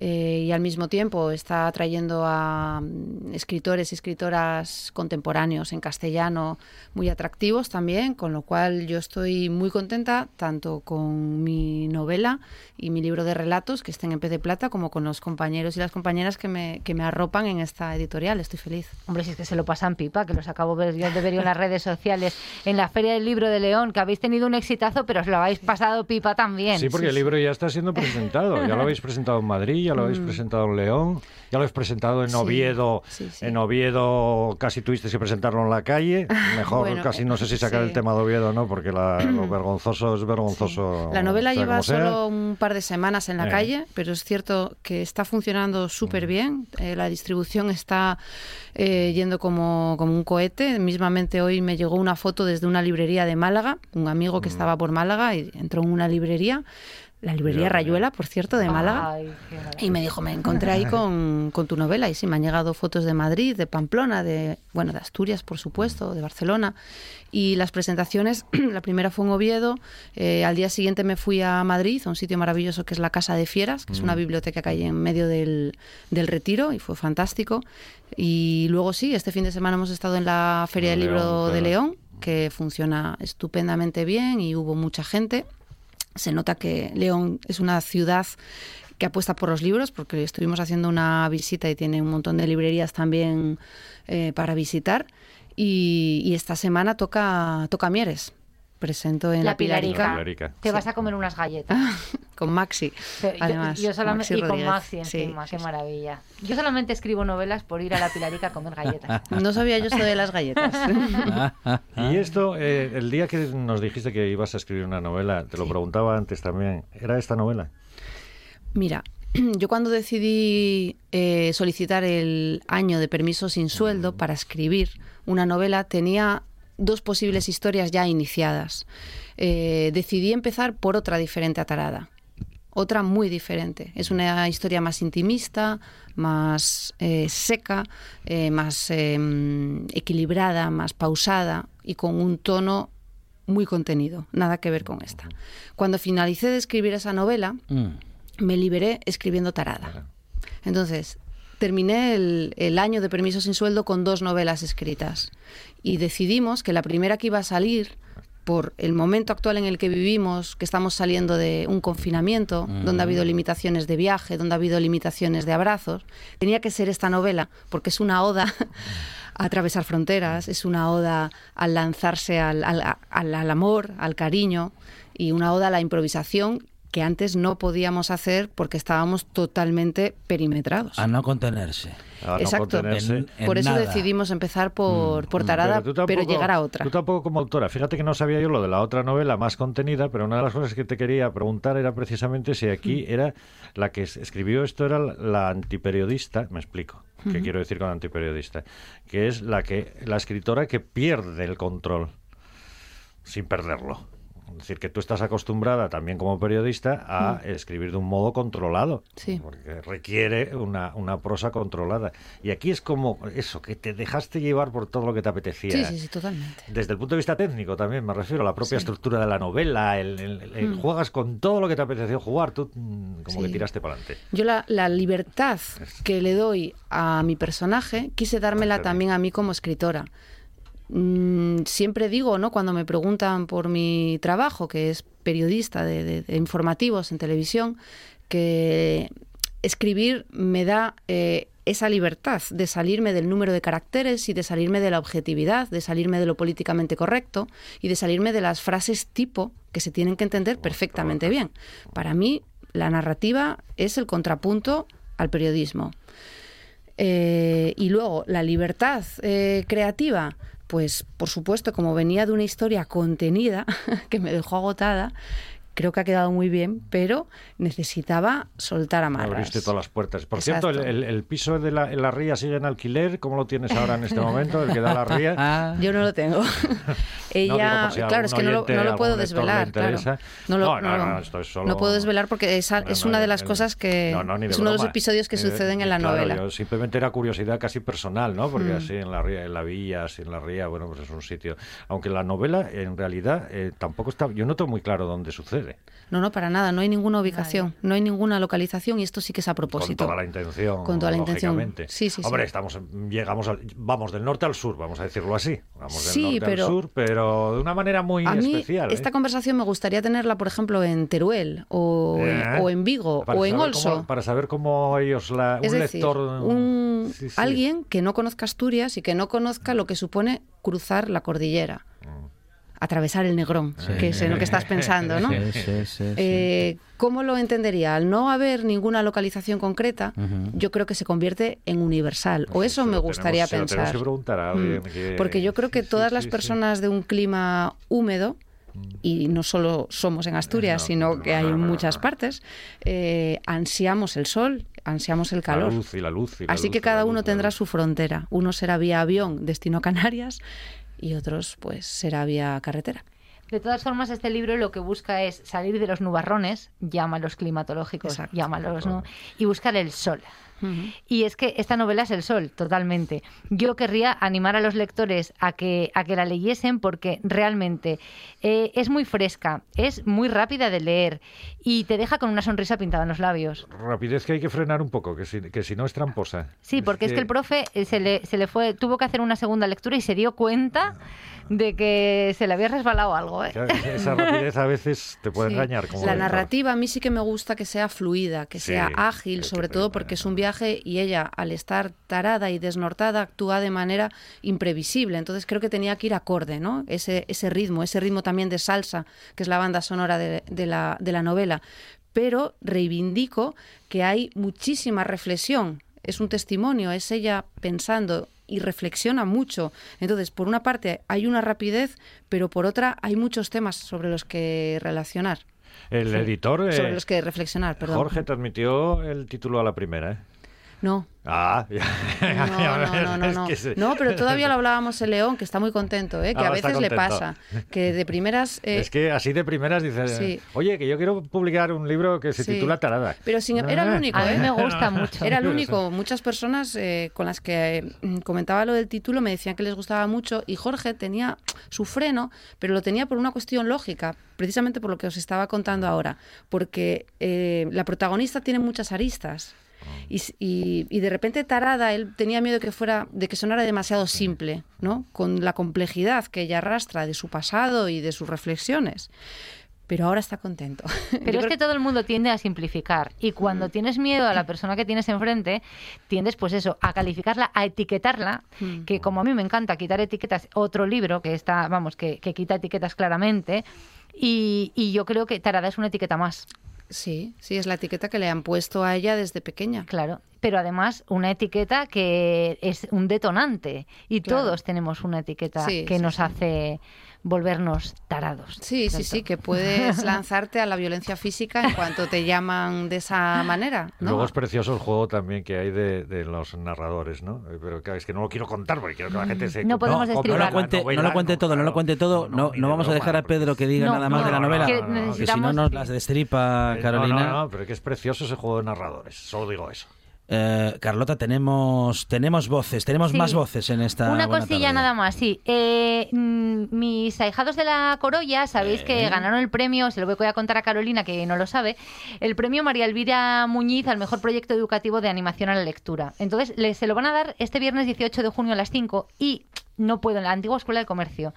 Speaker 15: Eh, y al mismo tiempo está atrayendo a mm, escritores y escritoras contemporáneos en castellano muy atractivos también, con lo cual yo estoy muy contenta tanto con mi novela y mi libro de relatos que estén en Pez de Plata como con los compañeros y las compañeras que me, que me arropan en esta editorial. Estoy feliz.
Speaker 17: Hombre, si es que se lo pasan pipa, que los acabo ver- yo de ver yo en las redes sociales, en la Feria del Libro de León, que habéis tenido un exitazo, pero os lo habéis pasado pipa también.
Speaker 6: Sí, porque el libro ya está siendo presentado. Ya lo habéis presentado en Madrid, ya lo habéis
Speaker 17: Mm.
Speaker 6: presentado en León, ya lo habéis presentado en
Speaker 15: Sí,
Speaker 6: Oviedo.
Speaker 15: sí, sí.
Speaker 6: En Oviedo casi tuviste que presentarlo en la calle. Mejor
Speaker 15: Bueno,
Speaker 6: casi no sé si sacar
Speaker 15: sí.
Speaker 6: el tema de Oviedo, ¿no? Porque la- lo vergonzoso es vergonzoso.
Speaker 15: La novela
Speaker 6: sea
Speaker 15: lleva
Speaker 6: como sea.
Speaker 15: solo un par de semanas en la
Speaker 6: Eh.
Speaker 15: calle, pero es cierto que está funcionando súper bien. Eh, la distribución está eh, yendo como, como un cohete. Mismamente hoy me llegó una foto desde una librería de Málaga, un amigo que estaba por Málaga y entró en una librería. La librería
Speaker 14: Dios mío.
Speaker 15: Rayuela, por cierto, de Málaga. y me dijo, me encontré ahí con, con tu novela. Y sí, me han llegado fotos de Madrid, de Pamplona, de, bueno, de Asturias, por supuesto, de Barcelona. Y las presentaciones, la primera fue en Oviedo. eh, al día siguiente me fui a Madrid, a un sitio maravilloso que es la Casa de Fieras, que es una
Speaker 14: Mm.
Speaker 15: biblioteca que hay en medio del, del retiro y fue fantástico. Y luego sí, este fin de semana hemos estado en la Feria
Speaker 14: En
Speaker 15: del Libro
Speaker 14: León,
Speaker 15: de
Speaker 14: claro.
Speaker 15: León, que funciona estupendamente bien y hubo mucha gente. Se nota que León es una ciudad que apuesta por los libros, porque estuvimos haciendo una visita y tiene un montón de librerías también eh, para visitar. Y, y esta semana toca, toca Mieres. Presento en la,
Speaker 17: La Pilarica.
Speaker 15: Pilarica,
Speaker 17: Te vas a comer unas galletas.
Speaker 15: con Maxi.
Speaker 17: Pero yo-
Speaker 15: además,
Speaker 17: yo, solamente,
Speaker 15: Maxi
Speaker 17: y con
Speaker 15: Rodríguez.
Speaker 17: Maxi
Speaker 15: Sí,
Speaker 17: encima,
Speaker 15: sí,
Speaker 17: qué
Speaker 15: sí.
Speaker 17: maravilla. Yo solamente escribo novelas por ir a la Pilarica a comer galletas.
Speaker 15: No sabía yo eso de las galletas. Ah.
Speaker 6: Y esto, eh, el día que nos dijiste que ibas a escribir una novela, te lo preguntaba antes también, ¿era esta novela?
Speaker 15: Mira, yo cuando decidí eh, solicitar el año de permiso sin sueldo para escribir una novela, tenía dos posibles historias ya iniciadas. Eh, decidí empezar por otra diferente a Tarada. Otra muy diferente. Es una historia más intimista, más eh, seca, eh, más eh, equilibrada, más pausada y con un tono muy contenido. Nada que ver con esta. Cuando finalicé de escribir esa novela, me liberé escribiendo tarada. Entonces, terminé el, el año de permiso sin sueldo con dos novelas escritas. Y decidimos que la primera que iba a salir por el momento actual en el que vivimos, que estamos saliendo de un confinamiento,
Speaker 16: Mm.
Speaker 15: donde ha habido limitaciones de viaje, donde ha habido limitaciones de abrazos, tenía que ser esta novela, porque es una oda a atravesar fronteras, es una oda al lanzarse al, al- al- al amor, al cariño, y una oda a la improvisación que antes no podíamos hacer porque estábamos totalmente perimetrados.
Speaker 6: Pues
Speaker 2: A no contenerse.
Speaker 6: Ah,
Speaker 2: Eh,
Speaker 15: Exacto.
Speaker 2: En- en
Speaker 15: por eso
Speaker 2: nada.
Speaker 15: decidimos empezar por, por tarada, pero,
Speaker 6: Mm, tú tampoco-
Speaker 15: llegar a otra.
Speaker 6: Tú tampoco como autora. Fíjate que no sabía yo lo de la otra novela más contenida, pero una de las cosas que te quería preguntar era precisamente si aquí
Speaker 15: Mm.
Speaker 6: era la que es- escribió esto era la- la antiperiodista, me explico, qué
Speaker 18: Ujú.
Speaker 6: quiero decir con antiperiodista, que es la que la escritora que pierde el control sin perderlo. Es decir, que tú estás acostumbrada también como periodista a escribir de un modo controlado.
Speaker 15: Mm. Sí.
Speaker 6: Porque requiere una, una prosa controlada. Y aquí es como eso, que te dejaste llevar por todo lo que te apetecía.
Speaker 15: Sí, sí, sí, totalmente.
Speaker 6: Desde el punto de vista técnico también me refiero, la propia
Speaker 15: Sí.
Speaker 6: estructura de la novela, el, el- el-
Speaker 15: Mm.
Speaker 6: juegas con todo lo que te apeteció jugar, tú mm, como que
Speaker 15: Sí.
Speaker 6: tiraste para adelante.
Speaker 15: Yo la, la libertad que le doy a mi personaje, quise dármela también a mí como escritora. Mm, siempre digo, ¿no? Cuando me preguntan por mi trabajo, que es periodista de, de- de informativos en televisión, que escribir me da eh, esa libertad de salirme del número de caracteres y de salirme de la objetividad, de salirme de lo políticamente correcto y de salirme de las frases tipo que se tienen que entender perfectamente bien. Para mí, la narrativa es el contrapunto al periodismo. Eh, y luego, la libertad eh, creativa, pues por supuesto, como venía de una historia contenida que me dejó agotada, creo que ha quedado muy bien, pero necesitaba soltar amarras.
Speaker 6: Abriste todas las puertas. Por
Speaker 15: Exacto.
Speaker 6: cierto, el, el- el piso de la, en la ría sigue en alquiler. ¿Cómo lo tienes ahora en este momento? El que da la ría.
Speaker 15: Yo no lo tengo.
Speaker 6: digo
Speaker 15: Ella,
Speaker 6: por si a
Speaker 15: claro, es
Speaker 6: algún
Speaker 15: que no lo,
Speaker 6: oyente,
Speaker 15: no lo puedo
Speaker 6: algún lector le
Speaker 15: desvelar. claro.
Speaker 6: interesa.
Speaker 15: No, lo,
Speaker 6: No, no,
Speaker 15: no lo-
Speaker 6: no, esto es solo-
Speaker 15: no puedo desvelar porque esa es
Speaker 6: No,
Speaker 15: una
Speaker 6: no,
Speaker 15: de las
Speaker 6: el-
Speaker 15: cosas que
Speaker 6: no, no, ni de
Speaker 15: es uno de los
Speaker 6: broma.
Speaker 15: episodios que
Speaker 6: Ni de-
Speaker 15: suceden en la
Speaker 6: claro,
Speaker 15: novela.
Speaker 6: yo simplemente era curiosidad casi personal, ¿no? Porque
Speaker 15: Mm.
Speaker 6: así en la ría, en la villa, así en la ría, bueno, pues es un sitio. Aunque la novela, en realidad, eh, tampoco está. Yo no tengo muy claro dónde sucede.
Speaker 15: No, no, para nada. No hay ninguna ubicación, no hay ninguna localización y esto sí que es a
Speaker 6: Con
Speaker 15: propósito.
Speaker 6: toda la intención.
Speaker 15: Con toda la intención.
Speaker 6: lógicamente.
Speaker 15: Sí, sí, sí.
Speaker 6: Hombre, estamos, llegamos al- vamos del norte al sur, vamos a decirlo así. Vamos del
Speaker 15: Sí,
Speaker 6: norte
Speaker 15: pero-
Speaker 6: al sur, pero de una manera muy
Speaker 15: a mí
Speaker 6: especial. ¿eh?
Speaker 15: esta conversación me gustaría tenerla, por ejemplo, en Teruel o,
Speaker 6: Eh,
Speaker 15: o en Vigo
Speaker 6: para
Speaker 15: o en
Speaker 6: saber
Speaker 15: Olso.
Speaker 6: cómo- para saber cómo ellos la. Un
Speaker 15: es decir,
Speaker 6: lector. eh,
Speaker 15: un-
Speaker 6: Sí, sí.
Speaker 15: alguien que no conozca Asturias y que no conozca lo que supone cruzar la cordillera,
Speaker 6: Mm.
Speaker 15: atravesar el Negrón, que es en lo que estás pensando, ¿no?
Speaker 2: Sí, sí, sí, sí.
Speaker 15: Eh, ¿Cómo lo entendería? Al no haber ninguna localización concreta,
Speaker 2: Ujú.
Speaker 15: yo creo que se convierte en universal. O eso me gustaría
Speaker 6: Tenemos- se lo tenemos
Speaker 15: pensar. Mm.
Speaker 6: que preguntar a alguien que-
Speaker 15: Porque yo creo que todas las
Speaker 6: sí.
Speaker 15: personas de un clima húmedo, y no solo somos en Asturias, sino que hay en muchas partes, eh, ansiamos el sol, ansiamos el calor.
Speaker 6: La luz y la luz. y la
Speaker 15: Así
Speaker 6: luz
Speaker 15: que
Speaker 6: y la
Speaker 15: cada
Speaker 6: luz.
Speaker 15: uno tendrá su frontera. Uno será vía avión, destino Canarias, y otros pues será vía carretera.
Speaker 17: De todas formas, este libro lo que busca es salir de los nubarrones, llámalos climatológicos, llámalos, ¿no? Y buscar el sol. Y es que esta novela es el sol, totalmente. Yo querría animar a los lectores a que, a que la leyesen porque realmente eh, es muy fresca, es muy rápida de leer y te deja con una sonrisa pintada en los labios.
Speaker 6: Rapidez que hay que frenar un poco, que si, que si no es tramposa.
Speaker 17: Sí, porque es que el profe eh, se le, se le fue, tuvo que hacer una segunda lectura y se dio cuenta de que se le había resbalado algo. ¿eh?
Speaker 6: Claro, esa- Esa rapidez a veces te puede
Speaker 15: Sí.
Speaker 6: engañar. Como
Speaker 15: la
Speaker 6: lector.
Speaker 15: narrativa a mí sí que me gusta que sea fluida, que
Speaker 6: Sí,
Speaker 15: sea ágil,
Speaker 6: que-
Speaker 15: sobre
Speaker 6: que
Speaker 15: todo
Speaker 6: prima,
Speaker 15: porque es un viaje y ella, al estar tarada y desnortada, actúa de manera imprevisible. Entonces creo que tenía que ir acorde, ¿no? Ese, ese ritmo, ese ritmo también de salsa, que es la banda sonora de, de la, de la novela. Pero reivindico que hay muchísima reflexión. Es un testimonio, es ella pensando y reflexiona mucho. Entonces, por una parte hay una rapidez, pero por otra hay muchos temas sobre los que relacionar.
Speaker 6: El
Speaker 15: Sí.
Speaker 6: editor. eh,
Speaker 15: Sobre los que reflexionar, perdón.
Speaker 6: Jorge te admitió el título a la primera, ¿eh?
Speaker 15: No,
Speaker 6: Ah, ya.
Speaker 15: no, no, no, no,
Speaker 6: Es
Speaker 15: no.
Speaker 6: que se-
Speaker 15: No, pero todavía lo hablábamos en León, que está muy contento, ¿eh? que
Speaker 6: Ahora
Speaker 15: a
Speaker 6: está
Speaker 15: veces le
Speaker 6: contento.
Speaker 15: pasa. Que de primeras... eh,
Speaker 6: Es que así de primeras dices,
Speaker 15: Sí.
Speaker 6: oye, que yo quiero publicar un libro que se
Speaker 15: Sí.
Speaker 6: titula Tarada. Ah.
Speaker 15: Pero sin, era el único,
Speaker 17: A mí
Speaker 15: ¿eh?
Speaker 17: me gusta mucho.
Speaker 15: Era el único. Muchas personas eh, con las que eh, mm, comentaba lo del título me decían que les gustaba mucho y Jorge tenía su freno, pero lo tenía por una cuestión lógica, precisamente por lo que os estaba contando ahora, porque eh, la protagonista tiene muchas aristas. Y, s- y- y de repente Tarada, él tenía miedo que fuera, de que sonara demasiado simple, ¿no? Con la complejidad que ella arrastra de su pasado y de sus reflexiones. Pero ahora está contento. Yo
Speaker 17: Pero es
Speaker 15: creo
Speaker 17: que todo el mundo tiende a simplificar y
Speaker 15: Mm.
Speaker 17: cuando tienes miedo a la persona que tienes enfrente, tiendes pues eso, a calificarla, a etiquetarla,
Speaker 15: Mm.
Speaker 17: que como a mí me encanta quitar etiquetas, otro libro que está, vamos, que, que quita etiquetas claramente y, y yo creo que Tarada es una etiqueta más.
Speaker 15: Sí, sí, es la etiqueta que le han puesto a ella desde pequeña.
Speaker 17: Claro, pero además una etiqueta que es un detonante y
Speaker 15: Claro.
Speaker 17: todos tenemos una etiqueta
Speaker 15: Sí,
Speaker 17: que
Speaker 15: sí,
Speaker 17: nos
Speaker 15: sí.
Speaker 17: hace volvernos tarados.
Speaker 15: Sí, sí, sí, que puedes lanzarte a la violencia física en cuanto te llaman de esa manera. ¿no?
Speaker 6: Luego es precioso el juego también que hay de, de los narradores, ¿no? Eh, Pero claro, es que no lo quiero contar porque quiero que la
Speaker 15: Mm,
Speaker 6: gente se...
Speaker 17: No podemos
Speaker 6: compre
Speaker 2: No
Speaker 6: la
Speaker 2: lo cuente, no
Speaker 6: novela,
Speaker 2: lo cuente todo, no lo cuente todo. No, no vamos a dejar a Pedro que diga
Speaker 17: No,
Speaker 2: nada más
Speaker 17: no,
Speaker 2: de la
Speaker 17: no,
Speaker 2: novela.
Speaker 17: que
Speaker 2: Que si no
Speaker 17: necesitamos-
Speaker 2: nos las destripa
Speaker 6: Eh,
Speaker 2: Carolina.
Speaker 6: No, no, no, pero que es precioso ese juego de narradores. Solo digo eso.
Speaker 2: Eh, Carlota, tenemos, tenemos voces, tenemos
Speaker 17: Sí.
Speaker 2: más voces en esta.
Speaker 17: Una
Speaker 2: buena
Speaker 17: cosilla
Speaker 2: tarde.
Speaker 17: nada más, sí. Eh, mm, mis ahijados de la Corolla, sabéis
Speaker 2: Eh.
Speaker 17: que ganaron el premio, se lo voy a contar a Carolina que no lo sabe, el premio María Elvira Muñiz al mejor proyecto educativo de animación a la lectura. Entonces, le- se lo van a dar este viernes 18 de junio a las 5 y no puedo, en la antigua Escuela de Comercio.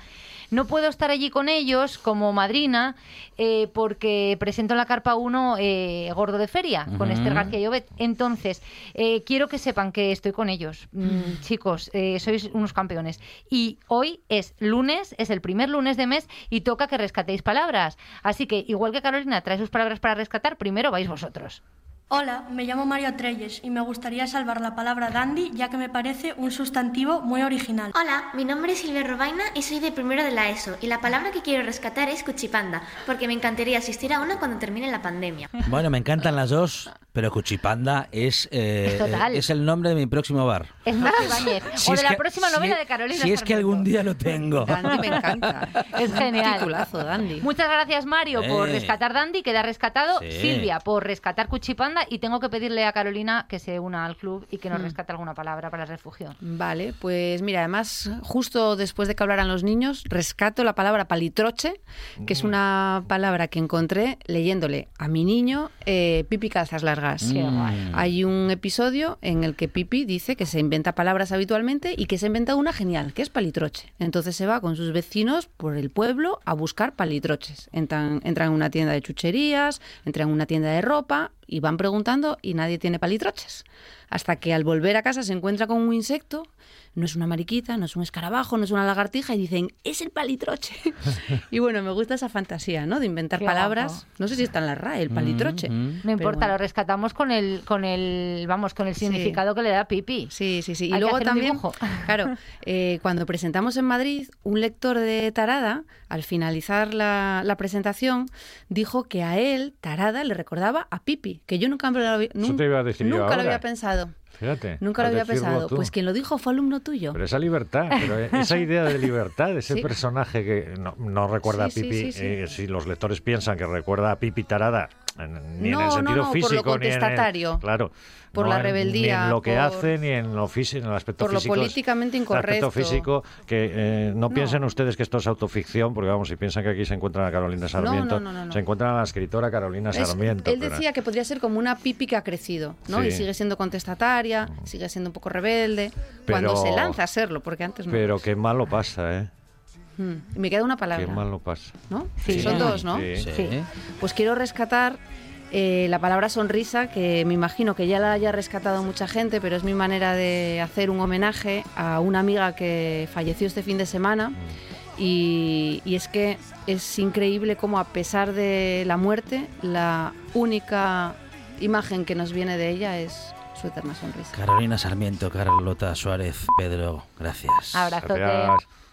Speaker 17: No puedo estar allí con ellos como madrina eh, porque presento en la Carpa 1 eh, Gordo de Feria con este
Speaker 16: Ujú.
Speaker 17: Esther García Llobet. Entonces, eh, quiero que sepan que estoy con ellos. Mm, chicos, eh, sois unos campeones. Y hoy es lunes, es el primer lunes de mes y toca que rescatéis palabras. Así que, igual que Carolina trae sus palabras para rescatar, primero vais vosotros.
Speaker 18: Hola, me llamo Mario Treyes y me gustaría salvar la palabra dandy ya que me parece un sustantivo muy original.
Speaker 19: Hola, mi nombre es Silvia Robaina y soy de primero de la ESO. Y la palabra que quiero rescatar es cuchipanda, porque me encantaría asistir a una cuando termine la pandemia.
Speaker 2: Bueno, me encantan las dos, pero Cuchipanda es, eh,
Speaker 19: Es total.
Speaker 2: eh, es el nombre de mi próximo bar.
Speaker 17: Es Nacho Ibáñez.
Speaker 2: Si
Speaker 17: o
Speaker 2: es
Speaker 17: de la
Speaker 2: que-
Speaker 17: próxima
Speaker 2: si
Speaker 17: novela
Speaker 2: es-
Speaker 17: de Carolina.
Speaker 2: Si es que
Speaker 17: Fernández.
Speaker 2: algún día lo tengo.
Speaker 15: Dandy me encanta.
Speaker 17: Es genial.
Speaker 15: Titulazo, Dandy.
Speaker 17: Muchas gracias, Mario, por
Speaker 15: Eh.
Speaker 17: rescatar Dandy, queda rescatado.
Speaker 15: Sí.
Speaker 17: Silvia, por rescatar Cuchipanda. Y tengo que pedirle a Carolina que se una al club y que
Speaker 2: Mm.
Speaker 17: nos rescate alguna palabra para el refugio.
Speaker 15: Vale, pues mira, además, justo después de que hablaran los niños, rescato la palabra palitroche, que es una palabra que encontré leyéndole a mi niño eh, Pipi Calzas Largas.
Speaker 2: Mm.
Speaker 17: Qué guay.
Speaker 15: Hay un episodio en el que Pipi dice que se inventa palabras habitualmente y que se inventa una genial, que es palitroche. Entonces se va con sus vecinos por el pueblo a buscar palitroches. Entran, entran en una tienda de chucherías, entran en una tienda de ropa y van preguntando y nadie tiene palitroches. Hasta que al volver a casa se encuentra con un insecto, no es una mariquita, no es un escarabajo, no es una lagartija y dicen, es el palitroche. y bueno, me gusta esa fantasía, ¿no? De inventar
Speaker 17: Qué
Speaker 15: palabras.
Speaker 17: guapo.
Speaker 15: No sé si está en la RAE, el palitroche.
Speaker 17: No
Speaker 15: Pero
Speaker 17: importa,
Speaker 15: bueno.
Speaker 17: lo rescatamos con el, con el, vamos, con el significado que le da Pipi.
Speaker 15: Sí, sí, sí. Y
Speaker 17: Hay que
Speaker 15: luego
Speaker 17: hacer un
Speaker 15: también,
Speaker 17: dibujo.
Speaker 15: claro, eh, cuando presentamos en Madrid, un lector de Tarada, al finalizar la, la presentación, dijo que a él, Tarada, le recordaba a Pipi, que yo nunca, me lo, había-
Speaker 6: Eso te iba a decir yo
Speaker 15: nunca lo
Speaker 6: ahora.
Speaker 15: había pensado.
Speaker 6: Fíjate.
Speaker 15: Nunca lo
Speaker 6: al
Speaker 15: había
Speaker 6: decirlo
Speaker 15: pensado.
Speaker 6: tú.
Speaker 15: Pues quien lo dijo fue alumno tuyo.
Speaker 6: Pero esa libertad, pero esa idea de libertad, ese
Speaker 15: Sí.
Speaker 6: personaje que no, no recuerda
Speaker 15: Sí,
Speaker 6: a
Speaker 15: sí,
Speaker 6: Pipi,
Speaker 15: sí, sí.
Speaker 6: eh, si los lectores piensan que recuerda a Pipi Tarada, en- ni
Speaker 15: No,
Speaker 6: en el
Speaker 15: no,
Speaker 6: sentido
Speaker 15: no, por lo
Speaker 6: físico, ni en el-
Speaker 15: contestatario,
Speaker 6: claro,
Speaker 15: por
Speaker 6: no
Speaker 15: la
Speaker 6: en- ni
Speaker 15: rebeldía,
Speaker 6: en lo que
Speaker 15: por-
Speaker 6: hace, ni en lo físico, en el aspecto
Speaker 15: por lo
Speaker 6: físico. es-
Speaker 15: políticamente
Speaker 6: el aspecto
Speaker 15: incorrecto.
Speaker 6: físico, que eh, no, piensen ustedes que esto es autoficción, porque vamos, si piensan que aquí se encuentran a Carolina Sarmiento,
Speaker 15: no, no, no.
Speaker 6: se encuentran a la escritora Carolina
Speaker 15: Es-
Speaker 6: Sarmiento.
Speaker 15: él
Speaker 6: pero-
Speaker 15: decía que podría ser como una pipi que ha crecido, ¿no?
Speaker 6: Sí.
Speaker 15: Y sigue siendo contestataria, sigue siendo un poco rebelde, cuando
Speaker 6: Pero-
Speaker 15: se lanza a serlo, porque antes no.
Speaker 6: pero qué mal lo pasa, ¿eh?
Speaker 15: Mm, y Me queda una palabra.
Speaker 6: Qué mal lo pasa.
Speaker 15: ¿no?
Speaker 6: Sí.
Speaker 15: Son dos, ¿no?
Speaker 6: Sí. Sí.
Speaker 15: Pues quiero rescatar eh, la palabra sonrisa, que me imagino que ya la haya rescatado mucha gente, pero es mi manera de hacer un homenaje a una amiga que falleció este fin de
Speaker 6: Mm.
Speaker 15: semana. Y, y es que es increíble cómo a pesar de la muerte, la única imagen que nos viene de ella es su eterna sonrisa.
Speaker 2: Carolina Sarmiento, Carlota Suárez, Pedro, gracias.
Speaker 15: Abrazote.
Speaker 6: Gracias.